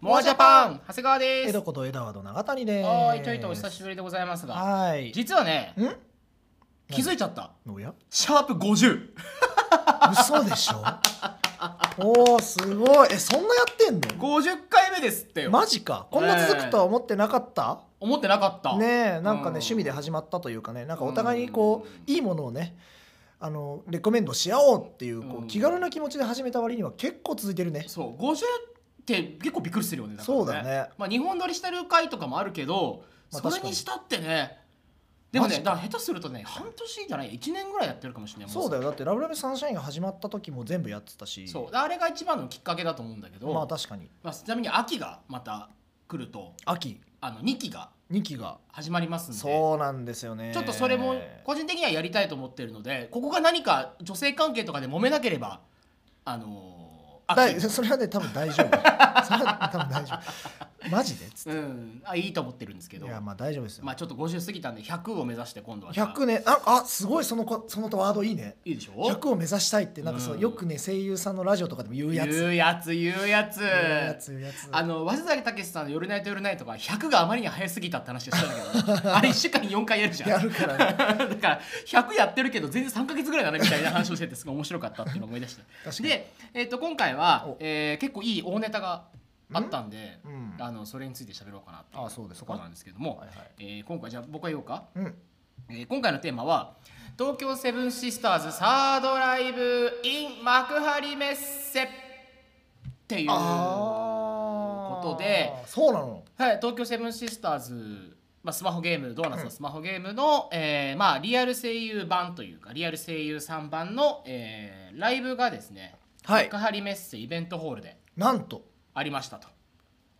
モアジャパン長谷川で江す戸こと江戸川の永谷です。おーいといとお久しぶりでございますがはい。実はねん？気づいちゃったおや？シャープ50嘘でしょ。 おおすごい。えそんなやってんの？ 50回目ですってよマジか。こんな続くとは思ってなかった？思ってなかったねえなんうんかね、趣味で始まったというかねなんかお互いにこう、いいものをねあのレコメンドし合おうっていうこう、うん気軽な気持ちで始めた割には結構続いてるねそう50って結構びっくりするよねからそうだねまあ日本撮りしてる回とかもあるけどまあそれ確かににしたってねでもねマジだから下手するとね半年じゃない1年ぐらいやってるかもしれないそうだよよだって「ラブラブサンシャイン」が始まった時も全部やってたしそうあれが一番のきっかけだと思うんだけどまあ確かにまあちなみに秋がまた来ると秋あの2期が2期が始まりますんでそうなんですよねちょっとそれも個人的にはやりたいと思ってるのでここが何か女性関係とかで揉めなければあのーだ秋いそれはね多 分大丈夫それは多分大丈夫マジでつっうん、あいいと思ってるんですけてどいやまあ大丈夫ですよ、まあちょっと50過ぎたんで100を目指して今度はじゃあ100ねああすごいそのこそのワードいいねいいでしょ100を目指したいってなんかその、うんよくね声優さんのラジオとかでも言うやつ言うやつ言うやつ言うやつ言うやつあの早稲田武さんの「夜ナイト夜ナイト」が100があまりに早すぎたって話をしたん だけどあれ1週間に4回やるじゃんやるからねだから100やってるけど全然3か月ぐらいだねみたいな話をしててすごい面白かったっていうのを思い出して確かにで、えー、と今回はお、えー結構いい大ネタがあったんで、うんあのそれについて喋ろうかなっていあそうですとかころなんですけども、はいはいえー今回じゃあ僕は言おうか、うんえー今回のテーマは「東京セブンシスターズサードライブ in 幕張メッセ」っていうあーことでそうなのはい、東京セブンシスターズ、まあ、スマホゲームドーナツのスマホゲームの、えーまあ、リアル声優版というかリアル声優3版の、えーライブがですね、はい幕張メッセイベントホールでなんとありましたと。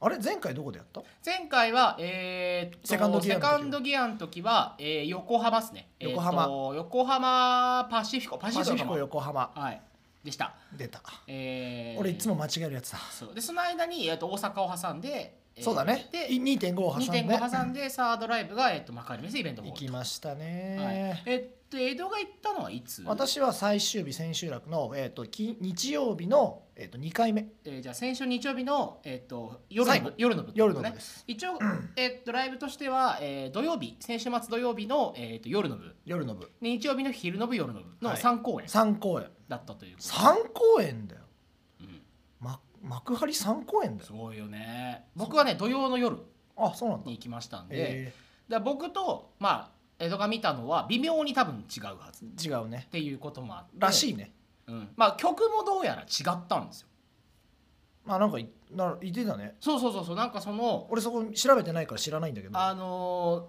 あれ前回どこでやった前回は、えーっとセカンドギアセの時カンドギアの時は、えー横浜ですね。横浜えーっと横浜パシフィコパシパシフフィィココか横浜なはい、でした。出たえー俺いつも間違えるやつだそうでその間に、えーっと大阪を挟んで、えーそうだねで2.5を挟んで2.5挟んでサードライブが、えっと、幕張メッセイベントホ行ーきル。ましたはいね、えっと、江戸が行ったのはいつ、私は最終日千秋楽の、えー、とき日曜日の、えー、と2回目えーじゃあ先週日曜日の、えっと、夜の最後部夜の部ってこ夜とのね部です一応、えっと、ライブとしては、えー土曜日先週末土曜日の、えっと、夜の部夜の部で日曜日の昼の部夜の部のはい3公演3公演だったということで、 3公演だよ、うんま、幕張3公演だすよごいよね僕はね土曜の夜あそうなんだに行きましたんで、えだから僕と、まあ、江戸が見たのは微妙に多分違うはずっー、違うねていうこともあってらしいねうんまあ、曲もどうやら違ったんですよまあなんかいな言ってたねそうそうそうそうなんかその俺そこ調べてないから知らないんだけどあの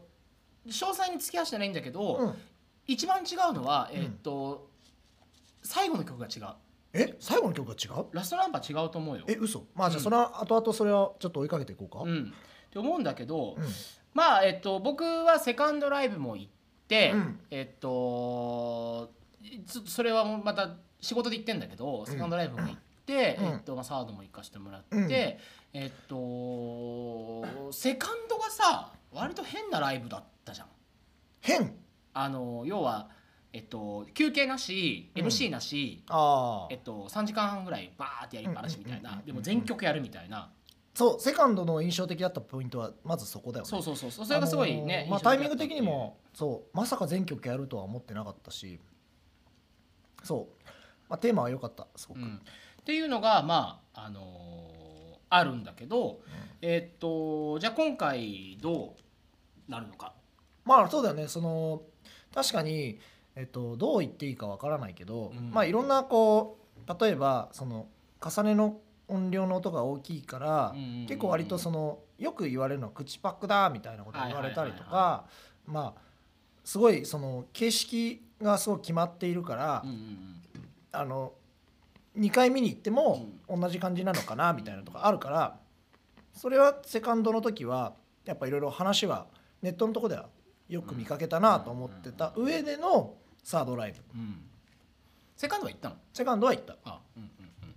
ー詳細に付き合わせてないんだけど、うん、一番違うのはえーっと、最後の曲が違うえ最後の曲が違うラストナンバー違うと思うよえ嘘まあじうんゃあそれは後々それはちょっと追いかけていこうか、うんって思うんだけど、うんまあえっと僕はセカンドライブも行って、うんえっとちょっとそれはもうまた仕事で行ってんだけど、セカンドライブも行って、うんえっとまあ、サードも行かせてもらって、うんえっとセカンドがさ割と変なライブだったじゃん。変あの要は、えっと、休憩なしうん MC なし、ああえっと、3時間半ぐらいバーってやりっぱなしみたいうんうんなうんでも全曲やるみたいな、そうセカンドの印象的だったポイントはまずそこだよねそうそうそうそうそれがすごいね、あのーまあ、印象タイだミンったグっていう的にもそうまさか全曲やるとは思ってなかったしそう、まあ、テーマは良かったすごく、うんっていうのがまああのーあるんだけど、えっとじゃあ今回どうなるのかまあそうだよねその確かに、えっと、どう言っていいかわからないけど、うんまあいろんなこう例えばその重ねの音量の音が大きいから、うんうんうんうん結構割とそのよく言われるのは口パックだみたいなことを言われたりとはいかまあすごいその形式がすごい決まっているから、うんうんうんあの2回見に行っても同じ感じなのかなみたいなとかあるからそれはセカンドの時はやっぱいろいろ話はネットのとこではよく見かけたなと思ってた上でのサードライブうんセカンドは行ったのセカンドは行ったあ、うんうんうん、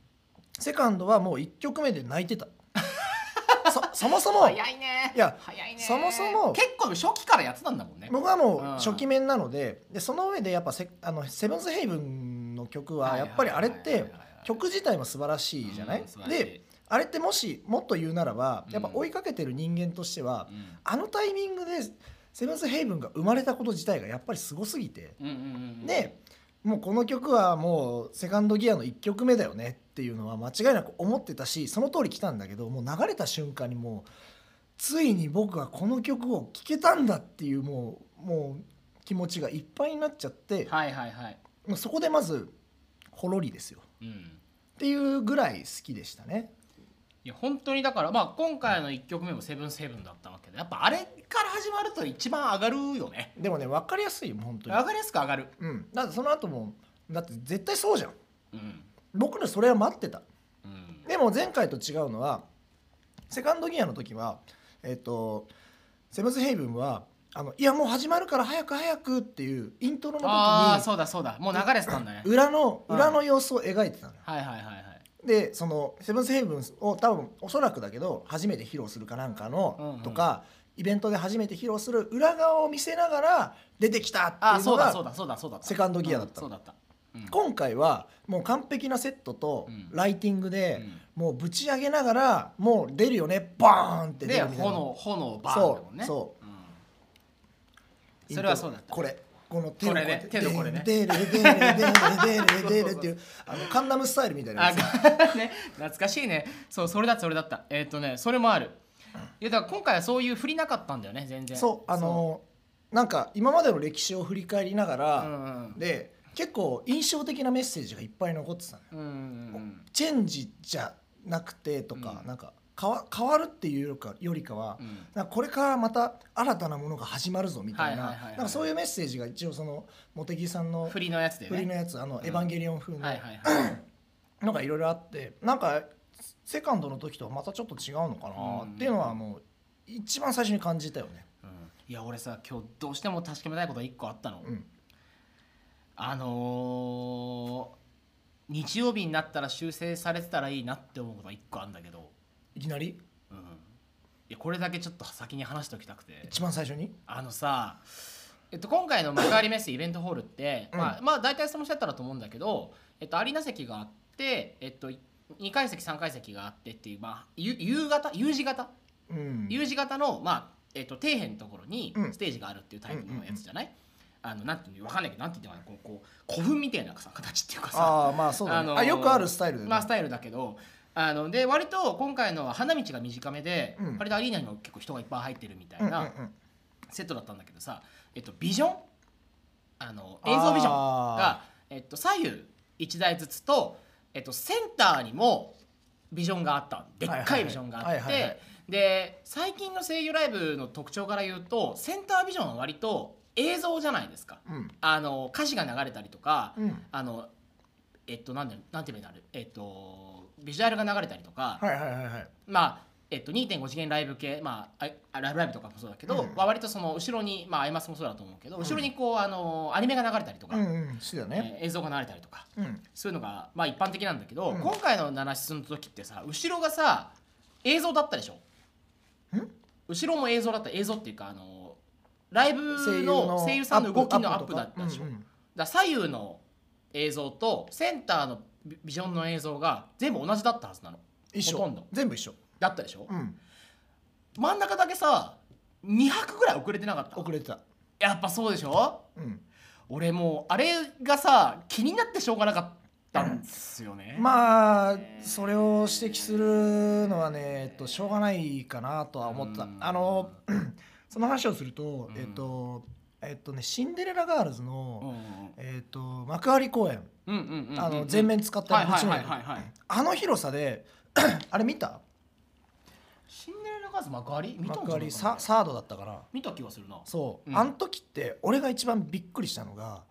セカンドはもう1曲目で泣い てたそそもそも早いねいや早いねそもそも結構初期からやってたんだもんね僕はもううん初期面なのででその上でやっぱセあのセブンスヘイブンの曲はやっぱりあれって曲自体も素晴らしいじゃないうん素晴らしいであれってもしもっと言うならばうんやっぱ追いかけてる人間としては、うんあのタイミングでセブンスヘイブンが生まれたこと自体がやっぱりすごすぎて、うんうんうんうんでもうこの曲はもうセカンドギアの1曲目だよねっていうのは間違いなく思ってたしその通り来たんだけどもう流れた瞬間にもうついに僕はこの曲を聴けたんだっていうもうもう気持ちがいっぱいになっちゃって、はいはいはいもうそこでまずほろりですようんっていうぐらい好きでしたね。いや本当にだからまあ今回の1曲目も「セブンセブンだったわけでやっぱあれから始まると一番上がるよねでもね分かりやすいよ本当に上。がりやすく上がるうん、だってその後もだって絶対そうじゃんうん僕らそれは待ってたうんでも前回と違うのはセカンドギアの時はえっ、とセブンスヘイブンはあのいやもう始まるから早く早くっていうイントロのああ時そうだそうだもう流れてたんだねに裏のうん裏の様子を描いてたのよはいはいはいはいでそのセブンスヘイブンを多分おそらくだけど初めて披露するかなんかうんうのんとか、イベントで初めて披露する裏側を見せながら出てきたってああいうそのうだそうがだそうだそうだったセカンドギアだったうんそうだったうん今回はもう完璧なセットとうんライティングで、うんもうぶち上げながらもう出るよねバーンって出でるみたいな炎炎バーンだもんねそうんイントロそれはそうだったこれこの手のこれねこうやって手のこれねデーレデーレデーレデーレデーレデーレっていうあのカンナムスタイルみたいなあやつがね懐かしいねそうそれだったそれだったえっ、とねそれもあるいやだから今回はそういう振りなかったんだよね全然そうあのなんか今までの歴史を振り返りながそううんら、うんで結構印象的なメッセージがいっぱい残ってたのようんうんチェンジじゃなくてとか、うんなんか変わ変わるっていうよりかよりかは、うんうんなんかこれからまた新たなものが始まるぞみたいなはいはいはいはいなんかそういうメッセージが一応その茂木さんの振りのやつでね振りのやつあの「エヴァンゲリオン風」のはいはいはいのがいろいろあってなんかセカンドの時とはまたちょっと違うのかなっていうのはもう一番最初に感じたよね。うんいや俺さ今日どうしても確かめたいことが1個あったの、うんあのー日曜日になったら修正されてたらいいなって思うことが1個あるんだけど、いきなりうん、いやこれだけちょっと先に話しておきたくて一番最初にあのさ、えっと、今回の幕張メッセイベントホールって、うんまあ、まあ大体その人だったらと思うんだけど、えっと、アリーナ席があって、えっと、2階席3階席があってっていう、まあ、ゆ夕方 U 字型うん、 U 字型の、まあえっと、底辺のところにうんステージがあるっていうタイプのやつじゃない、あのなんていうのわかんないけどなんて言ってかなこうこう古墳みたいなさ形っていうかさああまあそうだね、あのーあよくあるスタイルだよね、まあスタイルだけどあので割と今回のは花道が短めで、うん割とアリーナにも結構人がいっぱい入ってるみたういんうんなうんセットだったんだけどさ、えっと、ビジョンあの映像ビジョンがあ、えっと、左右1台ずつと、えっと、センターにもビジョンがあったでっかいビジョンがあはっいはいはいはいはていで最近の声優ライブの特徴から言うとセンタービジョンは割と映像じゃないですかうんあの歌詞が流れたりとか、うんあのえっとなんだなんて言えばいいんだろうえっとビジュアルが流れたりとか、はいはいはいはいまあえっと、2.5次元ライブ系、まああ、ライブライブとかもそうだけど、うんまあ割とその後ろに、まあ、アイマスもそうだと思うけど後ろにこう、あのアニメが流れたりとか、うんうんそうだね、えー映像が流れたりとかうんそういうのが、まあ、一般的なんだけど、うん今回の七進の時ってさ後ろがさ映像だったでしょん後ろも映像だった映像っていうかあのライブの声優さんのアッ動プきのアップだアッっプとたかでしょ、うんうだかんら左右の映像とセンターのビビジョンの映像が全部同じだったはずなの一ほとんど緒全部一緒、だったでしょ、うん、真ん中だけさ2拍ぐらい遅れてなかった遅れてた、やっぱそうでしょうん、俺もうあれがさ気になってしょうがなかったんですよね、まあそれを指摘するのはね、えっと、しょうがないかなとは思ってたうんあのその話をするとうんえっとえっとねシンデレラガールズうんの、うんうんえっと幕張公演うんうんうんうんあの全面使ったはい道のはい上はいはいはいあの広さで あれ見たシンデレラガーズ幕張見たん幕じゃない張かなササードだったから見た気がするなそう、うんあの時って俺が一番びっくりしたのが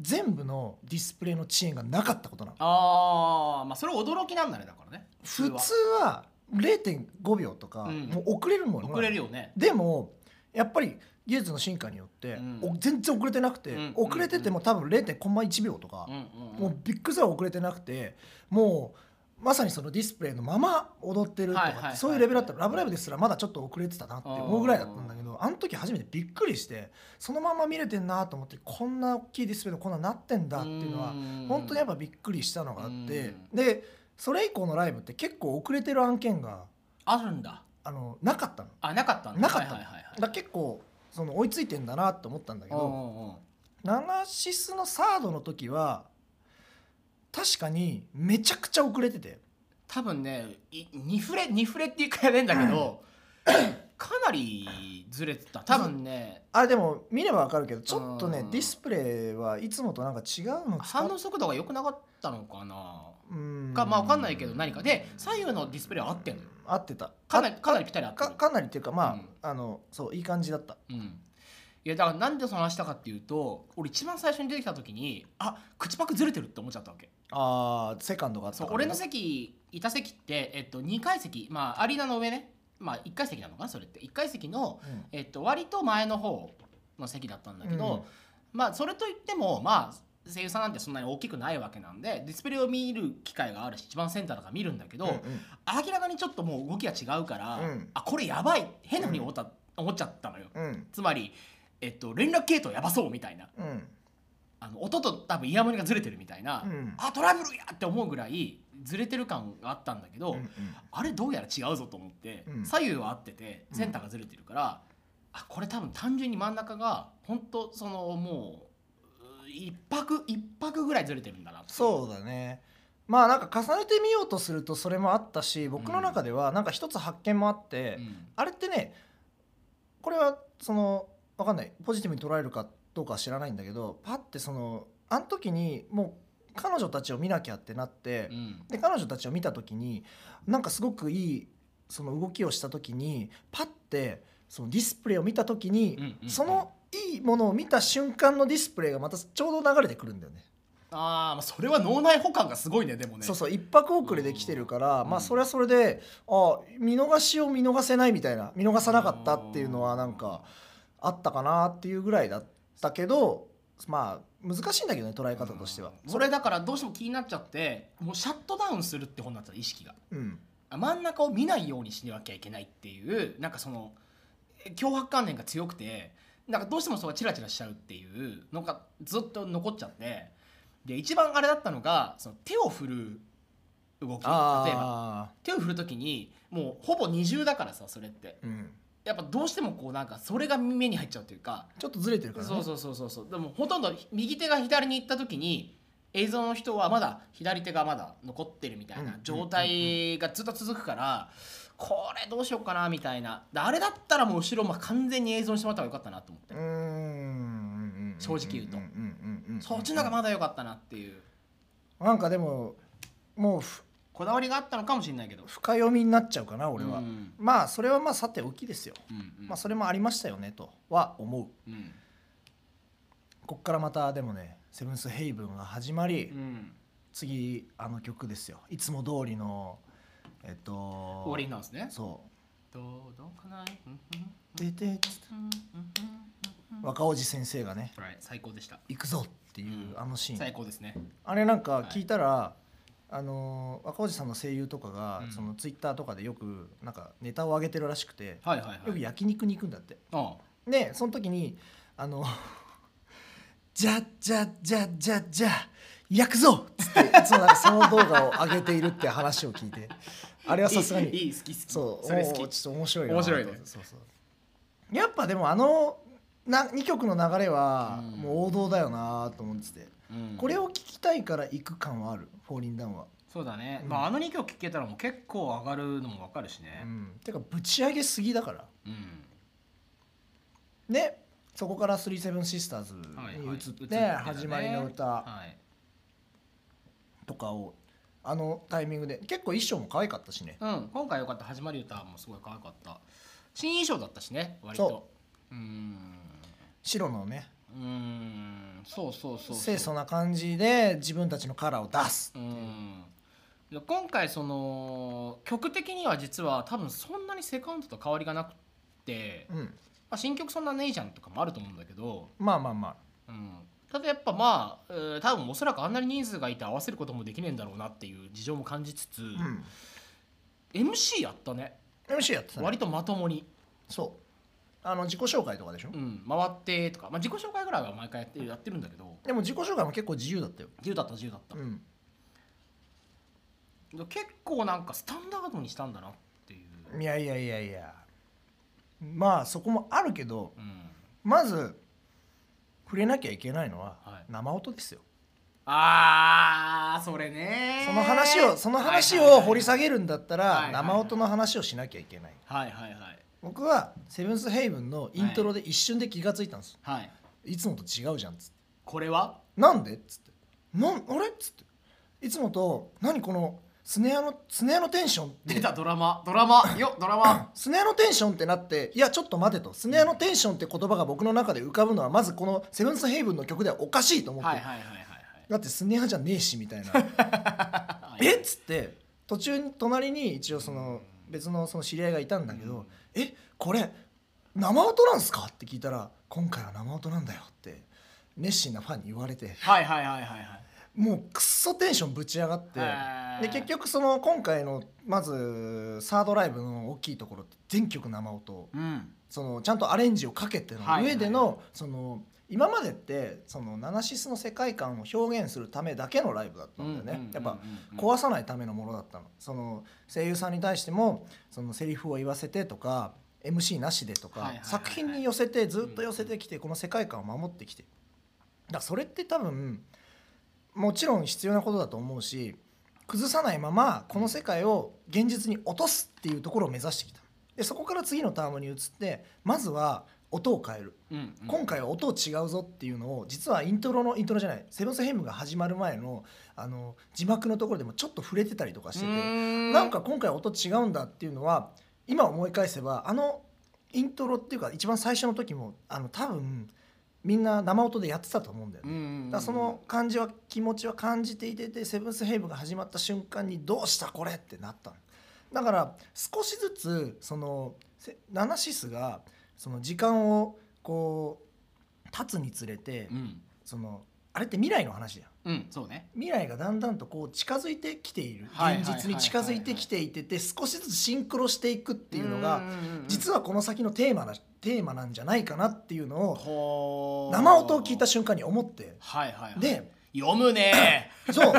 全部のディスプレイの遅延がなかったことなのあーまあそれ驚きなんだねだからね普は通は0.5秒とか、うんもう遅れるもん遅れるよねでもやっぱり技術の進化によって、うんお全然遅れてなくて、うん遅れてても多分0.1秒とかうん、うんもうんうビッグサイ遅れてなくてもうまさにそのディスプレイのまま踊ってるとかっはて、いはいはいそういうレベルだったら「ラブライブ!」ですらまだちょっと遅れてたなって思うぐらいだったんだけどあの時初めてびっくりしてそのまま見れてんなと思ってこんな大きいディスプレイのこんなになってんだっていうのはうん本当にやっぱびっくりしたのがあってうでそれ以降のライブって結構遅れてる案件があるんだあのなかったのあなかったんだなかったの、はいはいはい、はだいから結構その追いついてんだなと思ったんだけおうどおうおうナナシスのサードの時は確かにめちゃくちゃ遅れてて多分ねい二フレ二フレっていうかやべんだけ ど、かなりずれてた多分ねあれでも見ればわかるけどちょっとねうんディスプレイはいつもとなんか違うの使っ反応速度が良くなかったのかなうんかまあ分かんないけど何かで左右のディスプレイは合ってんのよ合ってたかなりかなりぴったり合ってかるかなりっていうかまあ、うんあのそういい感じだったうんいやだからなんでその話したかっていうと俺一番最初に出てきた時にあ口パクずれてるって思っちゃったわけあーセカンドがあったそうから俺の席いた席って、えっと、2階席まあアリーナの上ねまあ1階席なのかなそれって1階席の、うんえっと、割と前の方の席だったんだけど、うんまあそれといってもまあ声優さんなんてそんなに大きくないわけなんでディスプレイを見る機会があるし一番センターとか見るんだけど、うんうん明らかにちょっともう動きが違うから、うんあこれやばい変なふうに思った、思っちゃったのようんつまり、えっと、連絡系統やばそうみたいなうんあの音と多分イヤモニがずれてるみたいな、うんあトラブルやって思うぐらいずれてる感があったんだけど、うんあれどうやら違うぞと思って、うん左右は合っててうんセンターがずれてるから、あこれ多分単純に真ん中が本当そのもうう一泊一泊ぐらいずれてるんだなってそうだねまあなんか重ねてみようとするとそれもあったし僕の中ではなんか一つ発見もあって、うんあれってねこれはそのわかんないポジティブに捉えるかどうかは知らないんだけどパッてそのあの時にもう彼女たちを見なきゃってなって、うんで彼女たちを見た時になんかすごくいいその動きをした時にパッてそのディスプレイを見た時に、うんうんうんそのいいものを見た瞬間のディスプレイがまたちょうど流れてくるんだよね。あーまあそれは脳内補完がすごいねでもねそうそう一泊遅れで来てるから、うんまあそれはそれであ見逃しを見逃せないみたいな見逃さなかったっていうのはなんかあったかなっていうぐらいだったけどまあ難しいんだけどね捉え方としては。それだからどうしても気になっちゃってもうシャットダウンするって本になってた意識がうんあ真ん中を見ないようにしなきゃいけないっていうなんかそのえ強迫観念が強くてなんかどうしてもそこがチラチラしちゃうっていうのがずっと残っちゃってで一番あれだったのがその手を振る動き例えばあ手を振る時にもうほぼ二重だからさそれってー、うん、やっぱどうしてもこうなんかそれが目に入っちゃうというかちょっとずれてるからね。そうそうそうそうそうでもほとんど右手が左に行った時に映像の人はまだ左手がまだ残ってるみたいうんなうん状態がずっと続くから、これどうしようかなみたいなであれだったらもう後ろまあ完全に映像にしてもらった方が良かったなと思って、うーんうん正直言うとんんうんうんそっちの方がまだ良かったなっていうなんかでももうふこだわりがあったのかもしれないけど深読みになっちゃうかな俺は、うんまあそれはまあさておきですよ、うんうんまあそれもありましたよねとは思ううんこっからまたでもね「セブンスヘイブン」が始まり、うん次あの曲ですよいつも通りのえっと終わりなんですねそう届かないうん「でてつってうんうんうんうん若おじ先生がねはい最高でした「行くぞ!」っていううんあのシーン、最高ですねあれなんか聞いたら、あの若おじさんの声優とかが、うんそのツイッターとかでよくなんかネタを上げてるらしくて、はいはいはいよく焼肉に行くんだってあでその時にあの「じゃじゃじゃじゃじゃ焼くぞ!」っつっていつもなんかその動画を上げているって話を聞いてあれはさすがいいいにい好き好きそうそれ好おーきちょっと面白いな面白いねそうそうやっぱでもあのな2曲の流れはうんもう王道だよなと思ってて、うんこれを聞きたいから行く感はある「フォーリンダウンは」そうだね、うんまああの2曲聴けたらもう結構上がるのも分かるしうねん、てかぶち上げすぎだからうん、ねそこから「3 7シスターズはいにはい移っ移っててね始まりの歌、はいとかをあのタイミングで結構衣装も可愛かったしねうん、今回よかった始まり歌もすごい可愛かった新衣装だったしね割とそうーん白のねうーんそうそうそうそう清楚な感じで自分たちのカラーを出すうんで今回その曲的には実は多分そんなにセカンドと変わりがなくって、まうんあ、新曲そんなねえじゃんとかもあると思うんだけどまあまあまあうん、ただやっぱまあ、えー多分おそらくあんなに人数がいて合わせることもできねえんだろうなっていう事情も感じつつ、うん MC やったね MC やってたね割とまともに、そうあの自己紹介とかでしょうん、回ってとか、まあ、自己紹介ぐらいは毎回やってるやってるんだけどでも自己紹介も結構自由だったよ自由だった自由だった、うんで結構なんかスタンダードにしたんだなっていう、いやいやいやいやまあそこもあるけどうん、まず触れなきゃいけないのははい生音ですよ、あーそれねその話をその話を掘り下げるんだったはいはいはらい生音の話をしなきゃいけないはいはいはい僕はセブンスヘイブンのイントロで一瞬で気がついたんです、はい、はい、い、つもと違うじゃんっつってこれはなんでっつってなんあれっつっていつもと何このスネアのスネアのテンションって出たドラマドラマよドラマスネアのテンションってなっていやちょっと待てとスネアのテンションって言葉が僕の中で浮かぶのはまずこのセブンスヘイブンの曲ではおかしいと思って、はいはいはいはいだってスネアじゃねえしみたいなはいえっつって途中に隣に一応その別のその知り合いがいたんだけど「うんえこれ生音なんすか?」って聞いたら「今回は生音なんだよ」って熱心なファンに言われてはいはいはいはいはいもうくっそテンションぶち上がってへーで結局その今回のまずサードライブの大きいところって全曲生音うんそのちゃんとアレンジをかけてのはい上ではいはのその今までってそのナナシスの世界観を表現するためだけのライブだったんだよねやっぱ壊さないためのものだったのその声優さんに対してもそのセリフを言わせてとか MC なしでとはいかはいはいはい作品に寄せてずっと寄せてきてこの世界観を守ってきてだからそれって多分もちろん必要なことだと思うし崩さないままこの世界を現実に落とすっていうところを目指してきたでそこから次のタームに移ってまずは音を変えるうんうん今回は音違うぞっていうのを実はイントロのイントロじゃないセブンスヘイムが始まる前のあの字幕のところでもちょっと触れてたりとかしてうてーなんか今回音違うんだっていうのは今思い返せばあのイントロっていうか一番最初の時もあの多分みんな生音でやってたと思うんだようんね。うんうんだからその感じは気持ちは感じていててセブンスヘイブンが始まった瞬間にどうしたこれってなったのだから少しずつそのせナナシスがその時間をこう経つにつれてうんそのあれって未来の話じゃうんんそうね未来がだんだんとこう近づいてきているはいはい現はい実に近づいてきていてて少しずつシンクロしていくっていうのが実ははこの先のテーマなテーマなんじゃないかなっていうのをこう生音を聞いた瞬間に思ってはいはいはいで読むねそう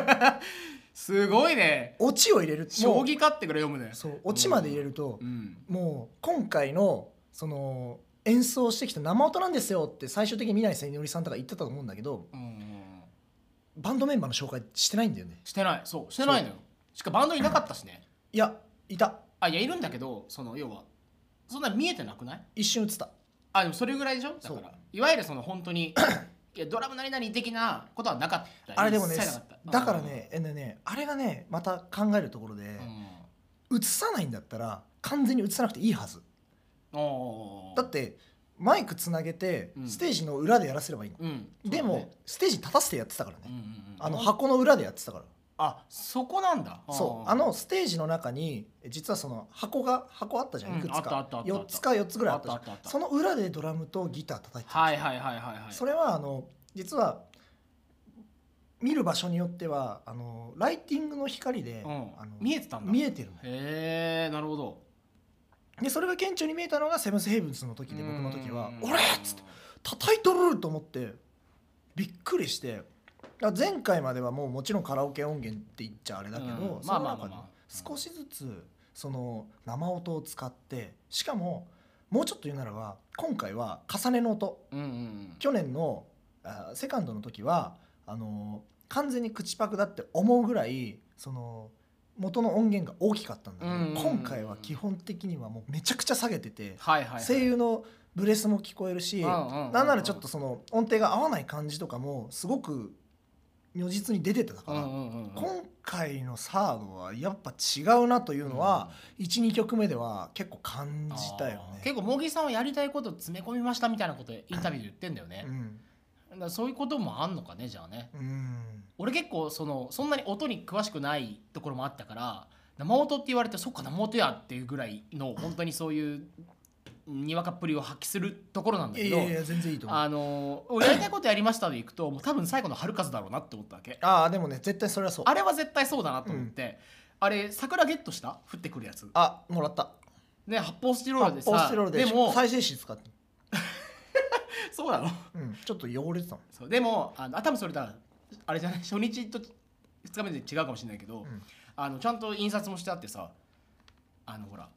すごいねオチを入れる将棋勝ってから読むねそうオチまで入れるとう、んもう今回のその演奏してきた生音なんですよって最終的に南井千りさんとか言ってたと思うんだけどうんうんバンドメンバーの紹介してないんだよねしてないそうしてないのよしかもバンドいなかったしねいやいたあいやいるんだけどその要はそんな見えてなくない一瞬映ったあでもそれぐらいでしょだかそうらいわゆるその本当 にいやドラム何々的なことはなかったあれでもね一切なかっただからねえねねあれがねまた考えるところでう映さないんだったら完全に映さなくていいはずんおーだってマイクつなげてうんステージの裏でやらせればいいの、うんそうでだもねステージ立たせてやってたからね、うんうんうんあの箱の裏でやってたからあそこなんだそうあのステージの中に実はその箱が箱あったじゃんいくつうんあったあかったあった4つか4つぐらいああっったじたゃあんったあったその裏でドラムとギター叩いてたはいはいはいはいはいそれはあの実は見る場所によってはあのライティングの光で、うんあの見えてたんだ見えてるのへえなるほどでそれが顕著に見えたのがセブンスヘイブンズの時で僕の時はう「ん俺!」っつって叩いとると思ってびっくりしてだから前回まではもうもちろんカラオケ音源って言っちゃあれだけど、うんそのまあまあま中あでまあ少しずつその生音を使ってしかももうちょっと言うならば今回は重ねの音うんうんうん去年のあセカンドの時はあの完全に口パクだって思うぐらいその元の音源が大きかったんだけど、うんうんうんうん今回は基本的にはもうめちゃくちゃ下げてて。はいはいはい声優のブレスも聞こえるし、うんうんうんうんなんならちょっとその音程が合わない感じとかもすごく如実に出てたかうら、んうんうんうん今回のサードはやっぱ違うなというのは、12、曲目では結構感じたよあーね。結構茂木さんはやりたいこと詰め込みましたみたいなことインタビューで言ってんだよねう、ん、だからそういうこともあんのかねじゃあねうん、俺結構そのそんなに音に詳しくないところもあったから生音って言われてそっか生音やっていうぐらいの本当にそういうにわかっぷりを発揮するところなんだいやけどいやいや全然いいと思う。あのやりたいことやりましたでいくともう多分最後の春風だろうなって思ったわけああでもね絶対それはそう。あれは絶対そうだなと思って、あれ桜ゲットした降ってくるやつあもらった。ね発泡スチロールで発さ泡スチロールででも再生紙使って、そうなのうん、ちょっと汚れてたの。 そうでもあのあ多分それだあれじゃない初日と2日目で違うかもしれないけど、んあのちゃんと印刷もしてあってさあのほら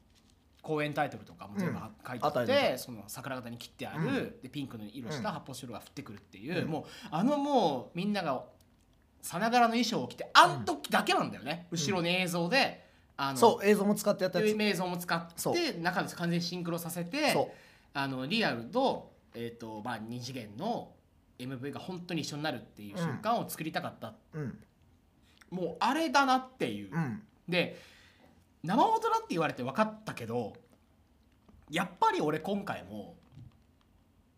公演タイトルとかも全部は書いてあっあったて、その桜型に切ってある、うんでピンクの色しうたん発泡スチロールが降ってくるっていう、うんもうあのもうみんながさながらの衣装を着てあん時だけなんだよね、うん後ろの映像であのそう映像も使ってやったといやう映像も使そってう中で完全にシンクロさせつてそあのリアルと,、えーとまあ、2次元の MV が本当に一緒になるっていう瞬間を作りたかった、ううんもうあれだなっていう。うんで生音だって言われて分かったけどやっぱり俺今回も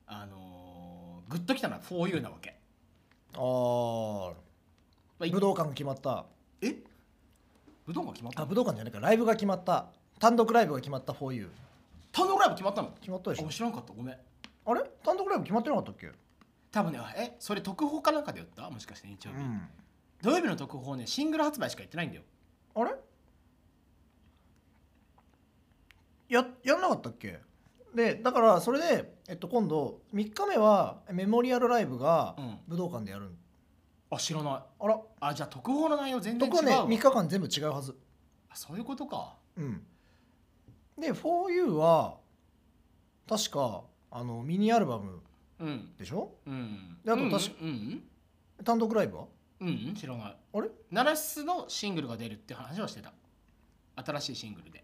あのーグッときたのは「4U」なわけ。あーまあい武道館が決まったえ武道館決まったあの武道館じゃないかライブが決まった単独ライブが決まった 4U 単独ライブ決まったの決まったでしあょ知らんかったごめんあれ単独ライブ決まってなかったっけ多分ねえそれ特報かなんかで言ったもしかして日う曜日、ん土曜日の特報ねシングル発売しか言ってないんだよあれややんなかったっけでだからそれで、えっと、今度3日目はメモリアルライブがうん武道館でやる、あ知らないあらあじゃあ特報の内容全然違僕うはねわ、 3日間全部違うはずあそういうことかうんで 4U は確かあのミニアルバムうんでしょうんであと確かうんうん、単独ライブはうん、うん、知らないあれナラシスのシングルが出るって話はしてた新しいシングルで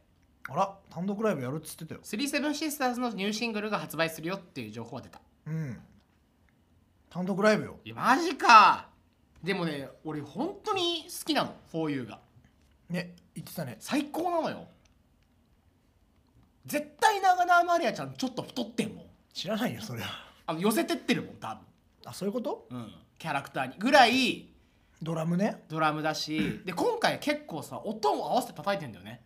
あら単独ライブやるっつってたよ3 7シスターズのニューシングルが発売するよっていう情報は出たうん単独ライブよいやマジかでもね俺本当に好きなの 4U がね言ってたね最高なのよ絶対長澤まりやちゃんちょっと太ってんもん知らないよそれはあの寄せてってるもん多あそういうこと分、うん、キャラクターにぐらいドラムねドラムだしで今回結構さ音を合わせて叩いてんだよね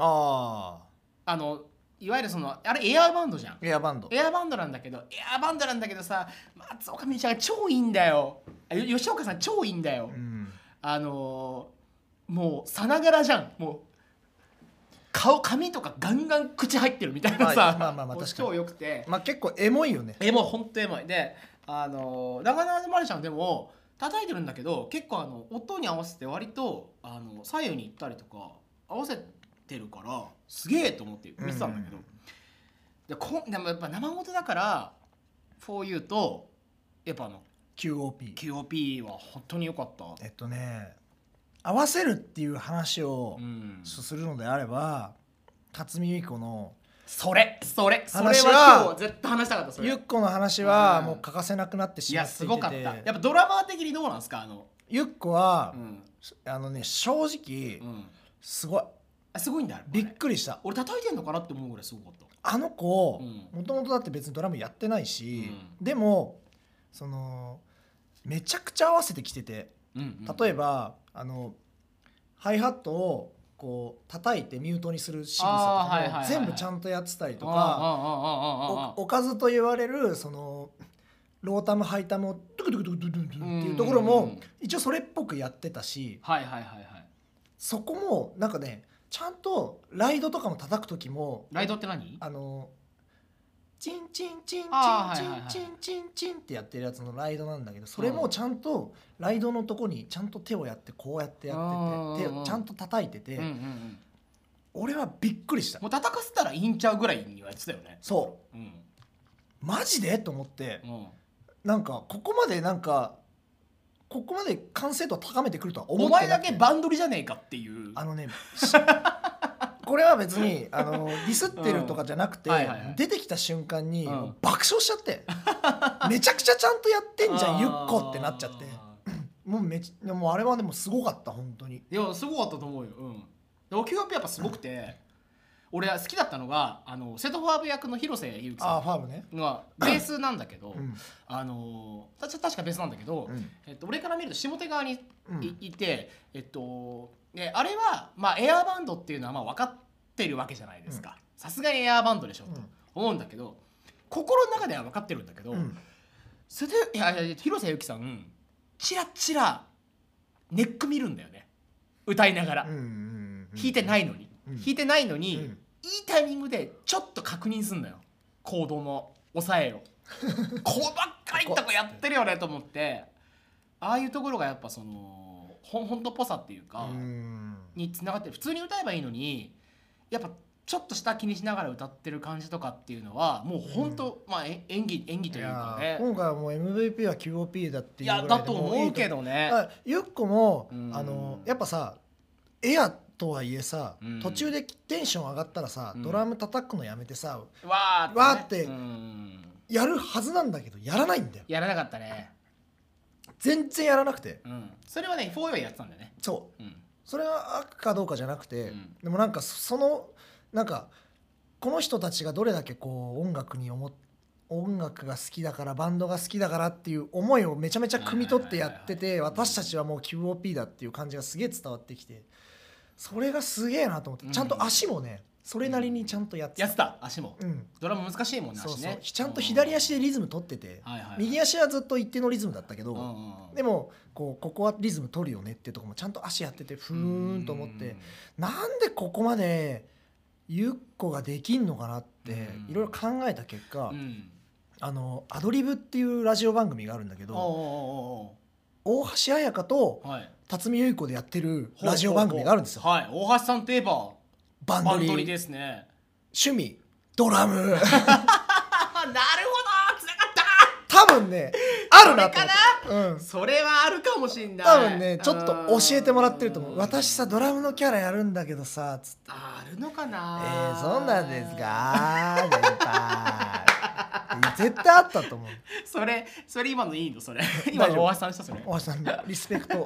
ああのいわゆるそのあれエアーバンドじゃんあエアバンドエアバンドなんだけどエアバンドなんだけどさ松岡美優ちゃんが超いいんだよあよ吉岡さん超いいんだよ、うんあのーもうさながらじゃんもう顔髪とかガンガン口入ってるみたいなさ、まあまあまあまあもう確かに超良くてまあ結構エモいよねえもうほんとエモいであのー長澤まりちゃんでも叩いてるんだけど結構あの音に合わせて割とあの左右に行ったりとか合わせてるからすげえと思って見てたんだけど、うんでこんでもやっぱ生音だから「4U」とやっぱあの QOP QOP は本当に良かった。えっとね合わせるっていう話をうん、するのであれば辰巳ゆき子のそれそれそれ話はは今日絶対話したかったそれゆっこの話はうんもう欠かせなくなっていしまやってすいごかってたてやっぱドラマー的にどうなんですかあの、ゆっこはうんあのね正直うん、すごいあすごいんだよびっくりした俺叩いてんのかなって思うぐらいすごかったあの子うんもともとだって別にドラムやってないし、でもそのめちゃくちゃ合わせてきてて例えばば、あのハイハットをこう叩いてミュートにする仕草とあーはいはいかはいも全部ちゃんとやってたりとかかおおかずと言われるそのロータムハイタムをドゥクドゥクドゥクドゥクドゥクっていうところも一応それっぽくやってたしはいはいはいはいそこもなんかねちゃんとライドとかも叩く時もライドって何あのチンチンチンチンあーチはいはいンはいチンチンチンってやってるやつのライドなんだけどそれもちゃんとライドのとこにちゃんと手をやってこうやってやっててうん手をちゃんと叩いててうんうんうん俺はびっくりしたもう叩かせたらいいんちゃうぐらいにはやってたよねそうんうマジでと思ってうんなんかここまでなんかここまで完成度を高めてくるとは思おってな前くてだけバンドリじゃねえかっていうあ のねしこれは別にあのディスってるとかじゃなくて、うんはいはいはい出てきた瞬間に、うん爆笑しちゃってめちゃくちゃちゃんとやってんじゃあんーゆっこってなっちゃってもうめちでもあれはでもすごかった本当にいやすごかったと思うようんでオキューピやっぱすごくて俺は好きだったのがあの瀬戸ファーブ役の広瀬優樹ああさファーブねんがベースなんだけどうんあのた確かベースなんだけどうんえっと俺から見ると下手側にうんいいて、えっと、ね、あれは、まあ、エアーバンドっていうのはまあ分かってるわけじゃないですかさすがにエアーバンドでしょと思うんだけど、心の中では分かってるんだけど、うんそれでいやいや広瀬ゆきさんチラチラネック見るんだよね歌いながら、うんうん弾いてないいのに、うん弾いてないのに、うんいいタイミングでちょっと確認すんだよコードの押さ えを細かいとこやってるよねと思ってああいうところがやっぱそのほん本当っぽさっていうか、うんにつながってる普通に歌えばいいのにやっぱちょっとした気にしながら歌ってる感じとかっていうのはもう本当、まあえ演技演技といいうかやね今回はもう MVP は QOP だっていいうぐらやいでだと思うけどどねゆっこもうんあのやっぱさエアとはいえさうん途中でテンション上がったらさうんドラム叩くのやめてさわーわーっってねてうんやるはずなんだけどやらないんだよやらなかったね全然やらなくてうんそれはね 4A やってたんだよねそううんそれは悪かどうかじゃなくて、うんでもなんかそそのなんかこの人たちがどれだけこう音楽に思っ音楽が好きだからバンドが好きだからっていう思いをめちゃめちゃ汲み取ってやってはいはていはいはい私たちはもう QOP だっていう感じがすげえ伝わってきてそれがすげえなと思ってうんちゃんと足もねそれなりにちゃんとやってやってた足もうんドラム難しいもんねそう足そうねちゃんと左足でリズム取っててはいはいはい右足はずっと一定のリズムだったけど、うんうんうんでもこうここはリズム取るよねってとこもちゃんと足やっててふーんと思ってなんでここまでゆっこができんのかなってうんいろいろ考えた結果、うんあのアドリブっていうラジオ番組があるんだけおうどおうおう大橋彩香とおうはい辰巳ゆい子でやってるラジオ番組があるんですよ。はい大橋さんといえばバンバドンリドリですね 趣味ドラムあ なるほどつながった多分ねあるなとあ思って、うん、それはあるかもしんない多分ねちょっと教えてもらってると思う私さドラムのキャララやるんだけどさつってあるのかなえー、そうなんですか先輩絶対あったと思うそれそれ今のいいの それ今の大橋さんしたそれ大橋さんのリスペクト好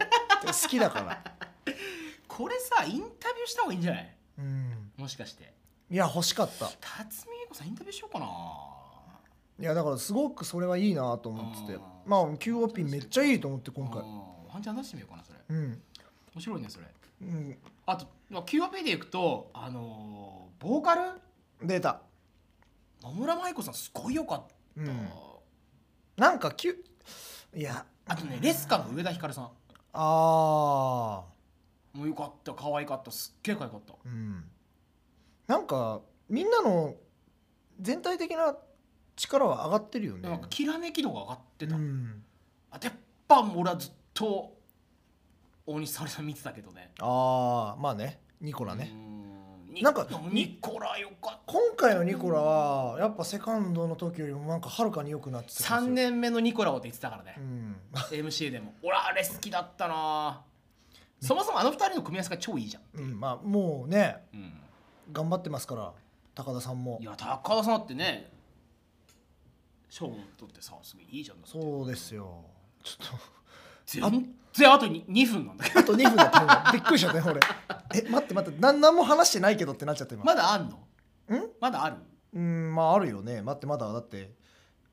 きだからこれさインタビューした方がいいんじゃないうんもしかしていや欲しかったい辰巳英子さんインタビューしようかなやだからすごくそれはいいなと思ってあてーまあ QOP めっちゃいいと思って今回うんワンチャン出してみようかなそれうん、面白いねそれうん、あと QAP でいくとあのーボーカル出た、野村舞子さんすごいよかった、うん、なんかきゅいやあとねレスカの上田ひかるさんあもうよかった可愛かったすっげえ可愛かったーうんなんかみんなの全体的な力は上がってるよねなんかきらめき度が上がってた、うん、あやっぱ俺はずっと大西沙織さん見てたけどねああまあねニコラね、うんなんかニコラよかった今回のニコラはやっぱセカンドの時よりもなんかはるかに良くなってた気がす3る、年目のニコラをって言ってたからねう、ん、 MC でも俺あれ好きだったなそもそもあの2人の組み合わせが超いいじゃん、うん、まあもうねうん、頑張ってますから高田さんもいや高田さんってね賞も取ってさすごいいいじゃんだってそうですよちょっ全然あとに2分なんだけどとあと2分だった今びっくりしちゃったよ俺え待って待って何何も話してないけどってなっちゃった今、まだあんのうんまだあるうんまああるよね待ってまだだって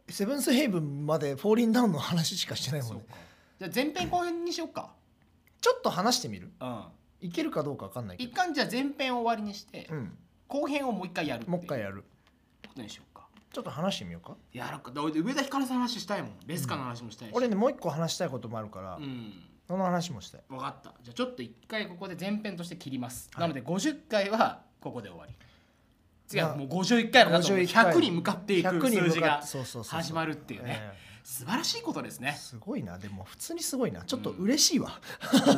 セブンスヘイブンまでフォーリンダウンの話しかしてないもんねかじゃあ前編後編にしよっかちょっと話してみるうんいけるかどうか分かんないけ一ど旦じゃあ前編を終わりにして、うん後編をもう一回やるっていもう一回やることにしようかちょっと話してみようかいやなんかだ俺上田ひかるさんの話したいもんレスカの話もしたいし、俺ねもう一個話したいこともあるから、うんその話もしたい分かったじゃあちょっと一回ここで前編として切ります、はいなので50回はここで終わり次はなもう51回のだと51回100に向かっていく100に数向字かがってそうそうそうそう始まるっていうねえ素晴らしいことですえ ねすごいなでも普通にすごいなちょっと嬉しいわ、